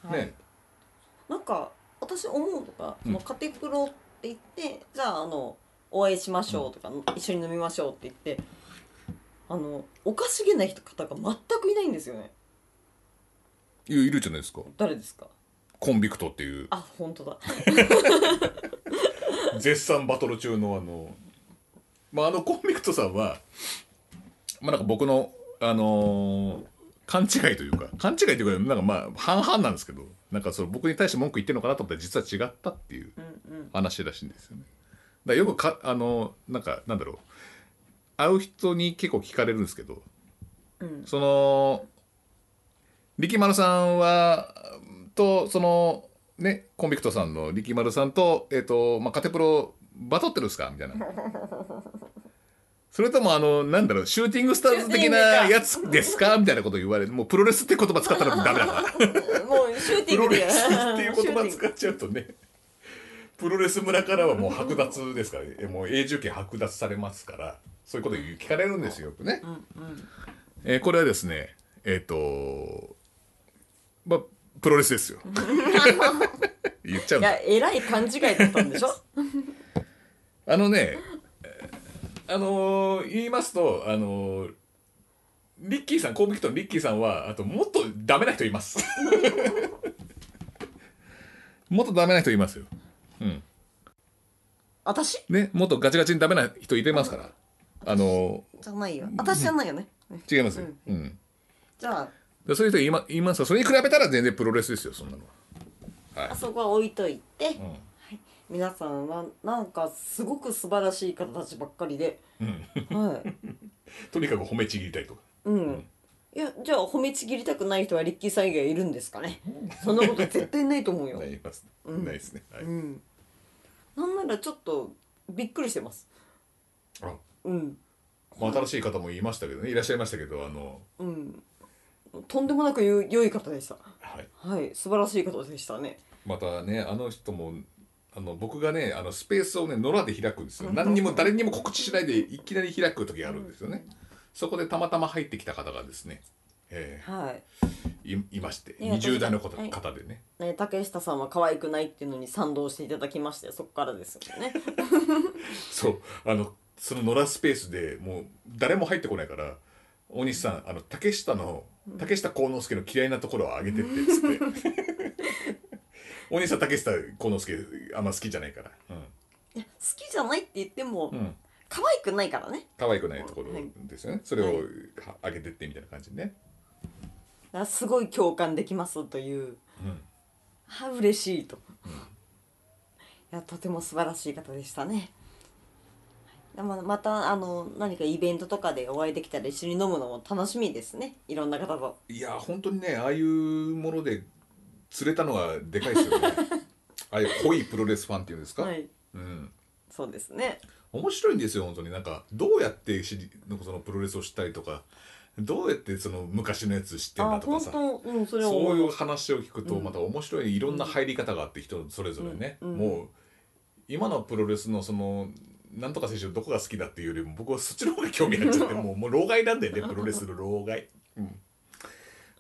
[SPEAKER 2] はい
[SPEAKER 1] ね
[SPEAKER 2] なんか私思うのが、
[SPEAKER 1] うん
[SPEAKER 2] そのカテプロって言ってじゃああのお会いしましょうとか、一緒に飲みましょうって言ってあのおかしげな人方が全くいないんですよね
[SPEAKER 1] いやいるじゃないですか
[SPEAKER 2] 誰ですか
[SPEAKER 1] コンビクトっていう
[SPEAKER 2] あ本当だ
[SPEAKER 1] 絶賛バトル中のあの、まあ、あのコンビクトさんは、まあ、なんか僕の、あのー勘違いというか勘違いというかなんかまあ半々なんですけどなんかその僕に対して文句言ってるのかなと思ったら実は違ったっていう
[SPEAKER 2] うんうん
[SPEAKER 1] 話らしいんですよね。だからよくかあのなんかなんだろう会う人に結構聞かれるんですけど、
[SPEAKER 2] うん
[SPEAKER 1] その力丸さんはとそのねコンビクトさんの力丸さんと,、えっとまあ、カテプロバトってるんですかみたいな。それともあのなんだろうシューティングスターズ的なやつですかみたいなこと言われてもうプロレスって言葉使ったらダメだから。
[SPEAKER 2] もうシューテ
[SPEAKER 1] プ
[SPEAKER 2] ィン
[SPEAKER 1] ロ
[SPEAKER 2] グ
[SPEAKER 1] レ
[SPEAKER 2] で
[SPEAKER 1] スっていう言葉
[SPEAKER 2] シューテ
[SPEAKER 1] 使っちゃうとねプロレス村からはもう剥奪ですからねもう永住権剥奪されますからそういうこと言う聞かれるんですよよくね。えーこれはですねえっ、とまあプロレスですよ。言っちゃうんだ
[SPEAKER 2] ィングいやえらい勘違いだったんでしょ
[SPEAKER 1] あのね、えーあのー言いますと、あのーリッキーさん、コンビクトのリッキーさんは、あと、もっとダメな人います。もっとダメな人いますよ。
[SPEAKER 2] 私
[SPEAKER 1] ね、もっとガチガチにダメな人いてますから。あの
[SPEAKER 2] じゃないよ私じゃないよね
[SPEAKER 1] ー違いますよ。うん。
[SPEAKER 2] じゃあ
[SPEAKER 1] でそういう人いまいますがそれに比べたら全然プロレスですよ、そんなのは。
[SPEAKER 2] あそこは置いといて、
[SPEAKER 1] ん
[SPEAKER 2] はい、皆さんはなんかすごく素晴らしい方たちばっかりで、はい、
[SPEAKER 1] とにかく褒めちぎりたいとか。
[SPEAKER 2] うん、いやじゃあ褒めちぎりたくない人はリッキーさん以外いるんですかねそんなこと絶対ないと思うよ
[SPEAKER 1] ないます、ないですね。はい
[SPEAKER 2] うんなんならちょっとびっくりしてます
[SPEAKER 1] あ
[SPEAKER 2] うん
[SPEAKER 1] まあ、新しい方もいましたけどね、いらっしゃいましたけど、あの、
[SPEAKER 2] うんとんでもなくよ良い方でした
[SPEAKER 1] はい。
[SPEAKER 2] はい素晴らしい方でしたね
[SPEAKER 1] またねあの人もあの僕がねあのスペースをね野良で開くんですよ何にも誰にも告知しないでいきなり開く時があるんですよね、そこでたまたま入ってきた方がですね、え
[SPEAKER 2] はい
[SPEAKER 1] ーいいまして
[SPEAKER 2] いや
[SPEAKER 1] 20代の方,、
[SPEAKER 2] はい
[SPEAKER 1] 方でね
[SPEAKER 2] ね、竹下さんは可愛くないっていうのに賛同していただきましてそこからですよね
[SPEAKER 1] そうあのその野良スペースでもう誰も入ってこないから大西さんあの竹下の竹下幸之助の嫌いなところを上げてってっつって 大西さん竹下幸之助あんま好きじゃないから、
[SPEAKER 2] いや好きじゃないって言っても、
[SPEAKER 1] うんうん、
[SPEAKER 2] 可愛くないからね
[SPEAKER 1] 可愛くないところですよね、それを
[SPEAKER 2] はい
[SPEAKER 1] は上げてってみたいな感じでね、
[SPEAKER 2] あすごい共感できますとい
[SPEAKER 1] う
[SPEAKER 2] う、
[SPEAKER 1] ん
[SPEAKER 2] あ嬉しいと、いやとても素晴らしい方でしたねはいままたあの何かイベントとかでお会いできたら一緒に飲むのも楽しみですねいろんな方と
[SPEAKER 1] いや本当にねああいうもので釣れたのはでかいですよ ねああいう濃いプロレスファンっていうんですか、
[SPEAKER 2] はい
[SPEAKER 1] うん、
[SPEAKER 2] そうですね
[SPEAKER 1] 面白いんですよ本当になんかどうやって知りなんかそのプロレスを知ったりとかどうやってその昔のやつ知ってん
[SPEAKER 2] あ
[SPEAKER 1] だとか
[SPEAKER 2] 本
[SPEAKER 1] さ
[SPEAKER 2] 当うんそれは思
[SPEAKER 1] そう
[SPEAKER 2] う
[SPEAKER 1] いう話を聞くとまた面白い、いろんな入り方があって人それぞれね、
[SPEAKER 2] うんうん
[SPEAKER 1] もう今のプロレスのそのなんとか選手のどこが好きだっていうよりも僕はそっちの方が興味あっちゃってもうもう老害なんだよ ねプロレスの老害、うん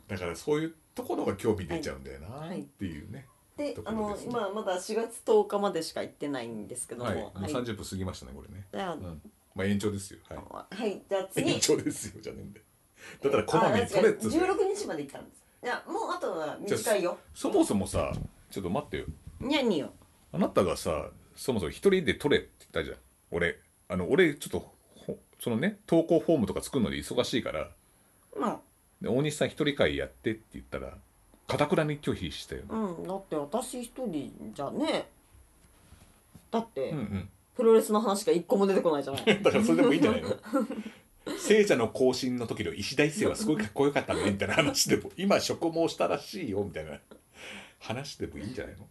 [SPEAKER 1] だからそういうところが興味出ちゃうんだよなっていうね、
[SPEAKER 2] で
[SPEAKER 1] とこ
[SPEAKER 2] あ
[SPEAKER 1] ろ
[SPEAKER 2] の
[SPEAKER 1] ですね
[SPEAKER 2] 今まだ4月10日までしか行ってないんですけども、
[SPEAKER 1] はい
[SPEAKER 2] はい
[SPEAKER 1] もう30分過ぎましたねこれね、
[SPEAKER 2] じゃあ、
[SPEAKER 1] うん、まあ延長ですよはい
[SPEAKER 2] はい、じゃあ次
[SPEAKER 1] 延長ですよじゃねえんだよだからこまめに取れっつう
[SPEAKER 2] 十六日まで行ったんです。いや、もうあとは短いよ。
[SPEAKER 1] そもそもさちょっと待ってよ
[SPEAKER 2] にゃによ。
[SPEAKER 1] あなたがさそもそも一人で撮れって言ったじゃん俺あの俺ちょっとほそのね投稿フォームとか作るので忙しいから
[SPEAKER 2] ま
[SPEAKER 1] で大西さん一人会やってって言ったらかたくなに拒否したよね
[SPEAKER 2] あ、うん、だって私一人じゃね。だって、
[SPEAKER 1] うんうん
[SPEAKER 2] プロレスの話が一個も出てこないじゃない。
[SPEAKER 1] だからそれでもいいんじゃないの聖者の更新の時の石田一世はすごいかっこよかったねみたいな話でも今職毛したらしいよみたいな話でもいいんじゃないの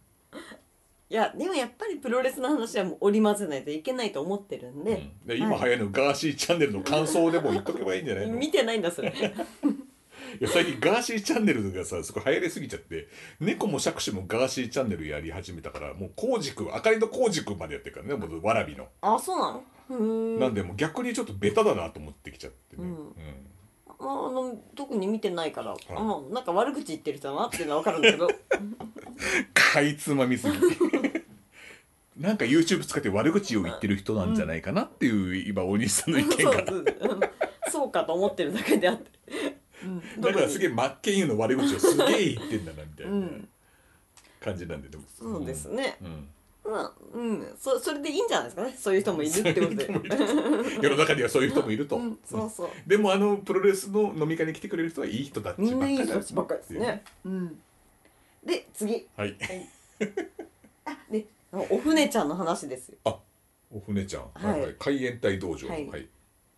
[SPEAKER 2] いや、でもやっぱりプロレスの話はもう織り交ぜないといけないと思ってるんで。
[SPEAKER 1] うんで今流行るガーシーチャンネルの感想でも言っとけばいいんじゃないの
[SPEAKER 2] 見てないんだそれ
[SPEAKER 1] いや最近ガーシーチャンネルがさすごい流行りすぎちゃって猫も杓子もガーシーチャンネルやり始めたからもうこうじくあかりのこうじくまでやってるからねもうわらびの、
[SPEAKER 2] あそうなのうーん
[SPEAKER 1] なんでもう逆にちょっとベタだなと思ってきちゃってね、
[SPEAKER 2] うん
[SPEAKER 1] うん
[SPEAKER 2] ままあ、あの特に見てないから、
[SPEAKER 1] い
[SPEAKER 2] もうなんか悪口言ってる人だなっていうのは分かるんだけど
[SPEAKER 1] かいつまみすぎ なんか YouTube 使って悪口を言ってる人なんじゃないかなっていう今大西さん の意見
[SPEAKER 2] そ
[SPEAKER 1] が
[SPEAKER 2] うそううんそうかと思ってるだけであって、うん、
[SPEAKER 1] だからすげ
[SPEAKER 2] え
[SPEAKER 1] え真っ健優の悪口をすげえ言ってんだなみたいうなん感じなんででも
[SPEAKER 2] そうですね、
[SPEAKER 1] うん
[SPEAKER 2] まあうんそそれでいいんじゃないですかねそういう人もいるってことで
[SPEAKER 1] そういう人もいる 世の中にはそういう人もいると、
[SPEAKER 2] うん、そうそう
[SPEAKER 1] でもあのプロレスの飲み会に来てくれる人はいい人たち
[SPEAKER 2] みんないい人
[SPEAKER 1] だ
[SPEAKER 2] たちばっかりですねうんで次
[SPEAKER 1] はい
[SPEAKER 2] あでお船ちゃんの話ですよ
[SPEAKER 1] お船ちゃん、
[SPEAKER 2] は
[SPEAKER 1] は
[SPEAKER 2] い
[SPEAKER 1] いはい、海援隊道場の、
[SPEAKER 2] は
[SPEAKER 1] はいい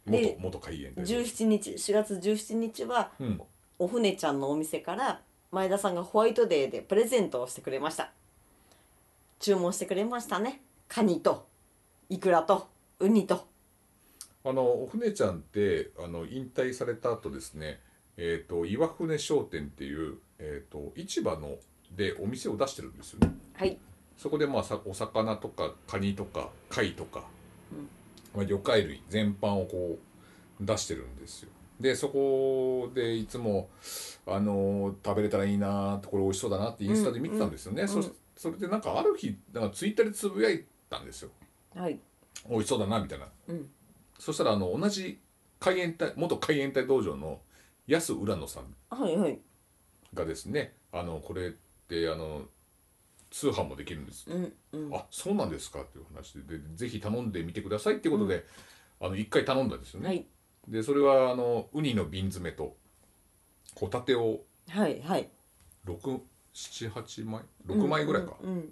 [SPEAKER 2] で
[SPEAKER 1] 元元海援隊道場
[SPEAKER 2] 17日4月17日は
[SPEAKER 1] うん、
[SPEAKER 2] お船ちゃんのお店から前田さんがホワイトデーでプレゼントをしてくれました注文してくれましたねカニとイクラとウニと
[SPEAKER 1] あのお船ちゃんってあの引退された後ですね、えー、と岩船商店っていう、えー、と市場のでお店を出してるんですよね
[SPEAKER 2] はい
[SPEAKER 1] そこでまあさお魚とかカニとか貝とか、まあ、魚介類全般をこう出してるんですよでそこでいつも、あのー食べれたらいいなーってこれ美味しそうだなってインスタで見てたんですよね、
[SPEAKER 2] うんうん
[SPEAKER 1] そそれでなんかある日なんかツイッターでつぶやいたんですよ
[SPEAKER 2] はい
[SPEAKER 1] 美味しそうだなみたいな
[SPEAKER 2] うん
[SPEAKER 1] そしたらあの同じ海援隊元海援隊道場の安浦野さん
[SPEAKER 2] はいはい
[SPEAKER 1] がですねあのこれってあの通販もできるんです
[SPEAKER 2] うんうん
[SPEAKER 1] あそうなんですかっていう話ででぜひ頼んでみてくださいっていうことで、あの1回頼んだんですよね、
[SPEAKER 2] はい
[SPEAKER 1] でそれはあのウニの瓶詰めとホタテを
[SPEAKER 2] はいはい
[SPEAKER 1] 678枚6枚ぐらいか、
[SPEAKER 2] うんうん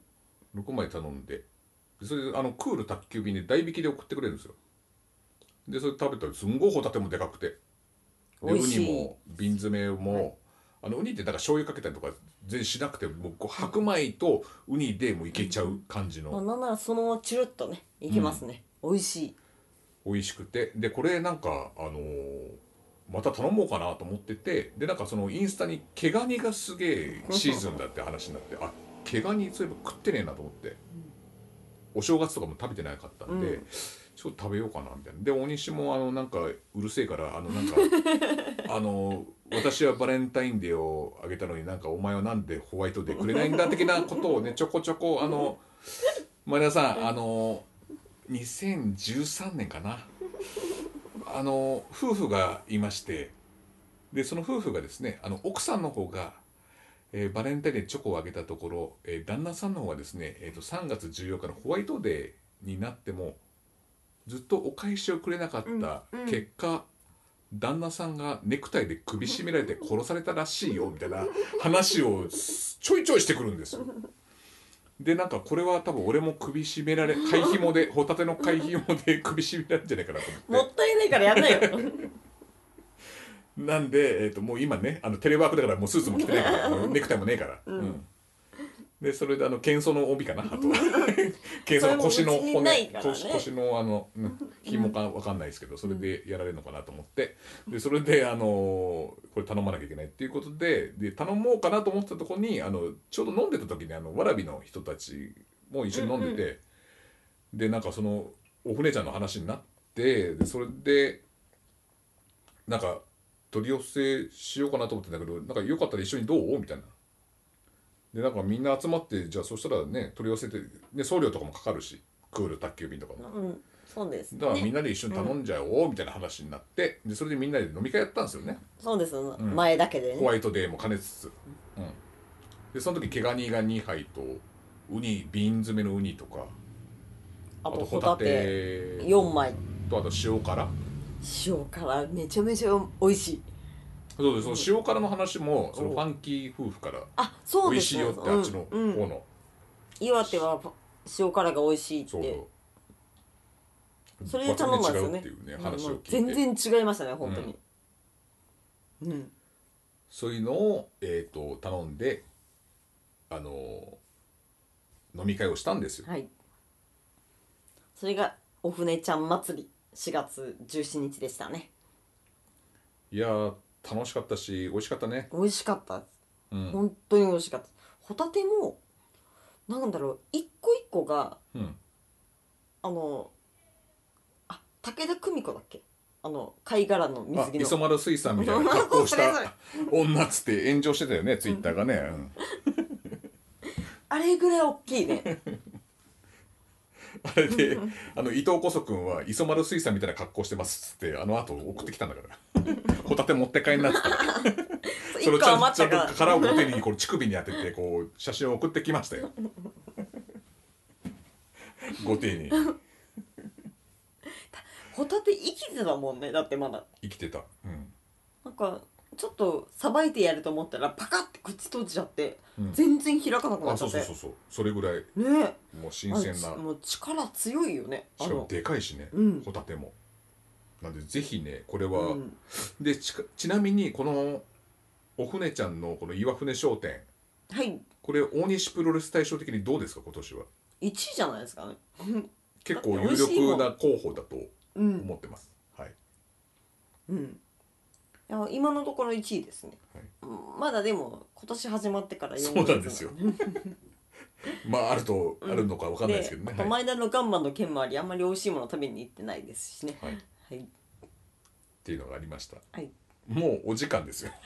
[SPEAKER 1] 6枚頼んででそれであのクール宅急便で代引きで送ってくれるんですよでそれ食べたらすんごいホタテもでかくてで
[SPEAKER 2] 美味しい
[SPEAKER 1] ウニも瓶詰めも、あのウニってなんか醤油かけたりとか全然しなくてもうこう白米とウニでもういけちゃう感じの、
[SPEAKER 2] まあ、なんならそのままチュルッとねいきますね、美味しい
[SPEAKER 1] 美味しくてでこれなんかあのーまた頼もうかなと思っててでなんかそのインスタに毛ガニがすげえシーズンだって話になってあ毛ガニそういえば食ってねえなと思って、お正月とかも食べてなかったんで、
[SPEAKER 2] うん
[SPEAKER 1] ちょっと食べようかなみたいなで大西もあのなんかうるせえからあの なんかあの私はバレンタインデーをあげたのになんかお前はなんでホワイトデーくれないんだ的なことをねちょこちょ こあの前田さんあの2013年かなあの夫婦がいましてでその夫婦がですねあの奥さんの方が、えーバレンタインでチョコをあげたところ、えー旦那さんの方はですね、えー、と3月14日のホワイトデーになってもずっとお返しをくれなかった
[SPEAKER 2] うんうん
[SPEAKER 1] 結果、旦那さんがネクタイで首絞められて殺されたらしいよみたいな話をちょいちょいしてくるんですよ。でなんかこれは多分俺も首絞められ貝紐でホタテの貝紐で首絞められるんじゃないかなと思って
[SPEAKER 2] もったいないからやんないよ
[SPEAKER 1] なんで、えー、ともう今ねあのテレワークだからもうスーツも着てないからもうネクタイもねえから、うんでそれであの喧騒の帯か なあと喧騒の腰の
[SPEAKER 2] それもうちにな
[SPEAKER 1] 骨、
[SPEAKER 2] いからね
[SPEAKER 1] 腰腰のあのうん紐かわかんないですけどそれでやられるのかなと思ってでそれであのーこれ頼まなきゃいけないっていうことでで頼もうかなと思ってたとこにあのちょうど飲んでた時にあのわらびの人たちも一緒に飲んでて、でなんかそのお船ちゃんの話になってでそれでなんか取り寄せしようかなと思ってんだけどなんかよかったら一緒にどうみたいな。でなんかみんな集まってじゃあそしたらね取り寄せて、ね、送料とかもかかるしクール宅急便とかも。
[SPEAKER 2] うんそうです
[SPEAKER 1] だからみ
[SPEAKER 2] ね
[SPEAKER 1] んなで一緒に頼んじゃおうみたいな話になってでそれでみんなで飲み会やったんですよね
[SPEAKER 2] そうです、
[SPEAKER 1] ん
[SPEAKER 2] 前だけで
[SPEAKER 1] ホ
[SPEAKER 2] ね
[SPEAKER 1] ワイトデーも兼ねつつ、うん、でその時毛ガニが2杯とウニ瓶詰めのウニとか
[SPEAKER 2] あ
[SPEAKER 1] あ
[SPEAKER 2] と
[SPEAKER 1] と
[SPEAKER 2] ホ
[SPEAKER 1] ホ
[SPEAKER 2] タ
[SPEAKER 1] タ
[SPEAKER 2] テ
[SPEAKER 1] テ
[SPEAKER 2] 4枚
[SPEAKER 1] とあと塩辛
[SPEAKER 2] 塩辛めちゃめちゃ美味しい
[SPEAKER 1] そうです、その塩辛の話もその
[SPEAKER 2] おう
[SPEAKER 1] ファンキー夫婦から
[SPEAKER 2] あそう
[SPEAKER 1] 美
[SPEAKER 2] で
[SPEAKER 1] 味
[SPEAKER 2] す
[SPEAKER 1] しい
[SPEAKER 2] ね
[SPEAKER 1] よってあっちの方
[SPEAKER 2] うんうん、
[SPEAKER 1] の
[SPEAKER 2] 岩手は塩辛が美味しいって
[SPEAKER 1] そう
[SPEAKER 2] そ
[SPEAKER 1] そ
[SPEAKER 2] れで頼んだんですよ
[SPEAKER 1] 違う
[SPEAKER 2] ね
[SPEAKER 1] っていうね
[SPEAKER 2] うん
[SPEAKER 1] 話を聞いて
[SPEAKER 2] 全然違いましたね本当にうん、
[SPEAKER 1] そういうのを、えー、と頼んであのー飲み会をしたんですよ、
[SPEAKER 2] はいそれがお船ちゃん祭り4月17日でしたね
[SPEAKER 1] い、やー楽しかったし美味しかったね
[SPEAKER 2] 美味しかったです、
[SPEAKER 1] うん
[SPEAKER 2] 本当に美味しかったホタテもなんだろう一個一個が
[SPEAKER 1] うん
[SPEAKER 2] あのあ武田久美子だっけあの貝殻の
[SPEAKER 1] あ
[SPEAKER 2] 水着
[SPEAKER 1] 磯
[SPEAKER 2] の
[SPEAKER 1] 丸水産み たいな格好をし
[SPEAKER 2] それそれ
[SPEAKER 1] た女っつって炎上してたよねツイッターがね、うん
[SPEAKER 2] あれぐらい大き いね
[SPEAKER 1] あれであの伊藤こそ君は磯丸水産みたいな格好してますっつってあの後送ってきたんだから ホタテ持って帰んなっつったら
[SPEAKER 2] そう
[SPEAKER 1] それを
[SPEAKER 2] 一
[SPEAKER 1] ちゃんと
[SPEAKER 2] 個余っ
[SPEAKER 1] ちゃ
[SPEAKER 2] た
[SPEAKER 1] ん
[SPEAKER 2] か
[SPEAKER 1] と殻
[SPEAKER 2] ら
[SPEAKER 1] をこう手にこう乳首に当ててこう写真を送ってきましたよご丁寧に
[SPEAKER 2] ホタテ生きてたもんねだってまだ
[SPEAKER 1] 生きてた、うん、
[SPEAKER 2] なんかちょっとさばいてやると思ったらパカッて口閉じちゃって、
[SPEAKER 1] うん
[SPEAKER 2] 全然開かなくな
[SPEAKER 1] あ
[SPEAKER 2] っち
[SPEAKER 1] そ
[SPEAKER 2] ゃ
[SPEAKER 1] う
[SPEAKER 2] っ
[SPEAKER 1] そう
[SPEAKER 2] て
[SPEAKER 1] そうそうそれぐらい
[SPEAKER 2] ね
[SPEAKER 1] もう
[SPEAKER 2] え
[SPEAKER 1] 新鮮なし
[SPEAKER 2] あ
[SPEAKER 1] か
[SPEAKER 2] のもう力強いよねあ
[SPEAKER 1] も
[SPEAKER 2] の
[SPEAKER 1] でかいしね、
[SPEAKER 2] うん
[SPEAKER 1] ホタテもなんでぜひねこれ
[SPEAKER 2] う
[SPEAKER 1] は、
[SPEAKER 2] ん
[SPEAKER 1] でちかちなみにこのお船ちゃんのこの岩船商店
[SPEAKER 2] はい
[SPEAKER 1] これ大西プロレス大賞的にどうですか今年は
[SPEAKER 2] 1位じゃないですかね
[SPEAKER 1] 結構
[SPEAKER 2] だっ
[SPEAKER 1] 有
[SPEAKER 2] て美味しいも
[SPEAKER 1] 力
[SPEAKER 2] ん
[SPEAKER 1] な候補だと
[SPEAKER 2] うん
[SPEAKER 1] 思ってます、はい
[SPEAKER 2] うんいや今のところ1位ですね、
[SPEAKER 1] はい
[SPEAKER 2] うんまだでも今年始まってから
[SPEAKER 1] そうなんですよ まああるとあるのかわかんないですけどね、
[SPEAKER 2] あと
[SPEAKER 1] はい、
[SPEAKER 2] 前田のガンマの件もありあんまり美味しいもの食べに行ってないですしね
[SPEAKER 1] はいっ
[SPEAKER 2] はい
[SPEAKER 1] ていうのがありました
[SPEAKER 2] はい
[SPEAKER 1] もうお時間ですよ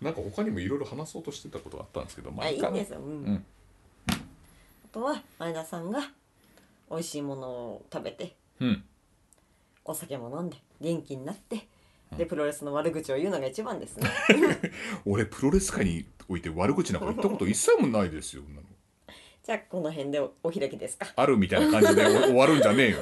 [SPEAKER 1] なんか他にもいろいろ話そうとしてたことがあったんですけどま
[SPEAKER 2] あいい
[SPEAKER 1] か
[SPEAKER 2] んですよ、うん
[SPEAKER 1] ん
[SPEAKER 2] あとは前田さんが美味しいものを食べて
[SPEAKER 1] うん
[SPEAKER 2] お酒も飲んで元気になってでプロレスの悪口を言うのが一番ですね
[SPEAKER 1] 俺プロレス界において悪口なんか言ったこと一切もないですよ
[SPEAKER 2] じゃあこの辺でおお開きですか
[SPEAKER 1] あるみたいな感じでお終わるんじゃねえよ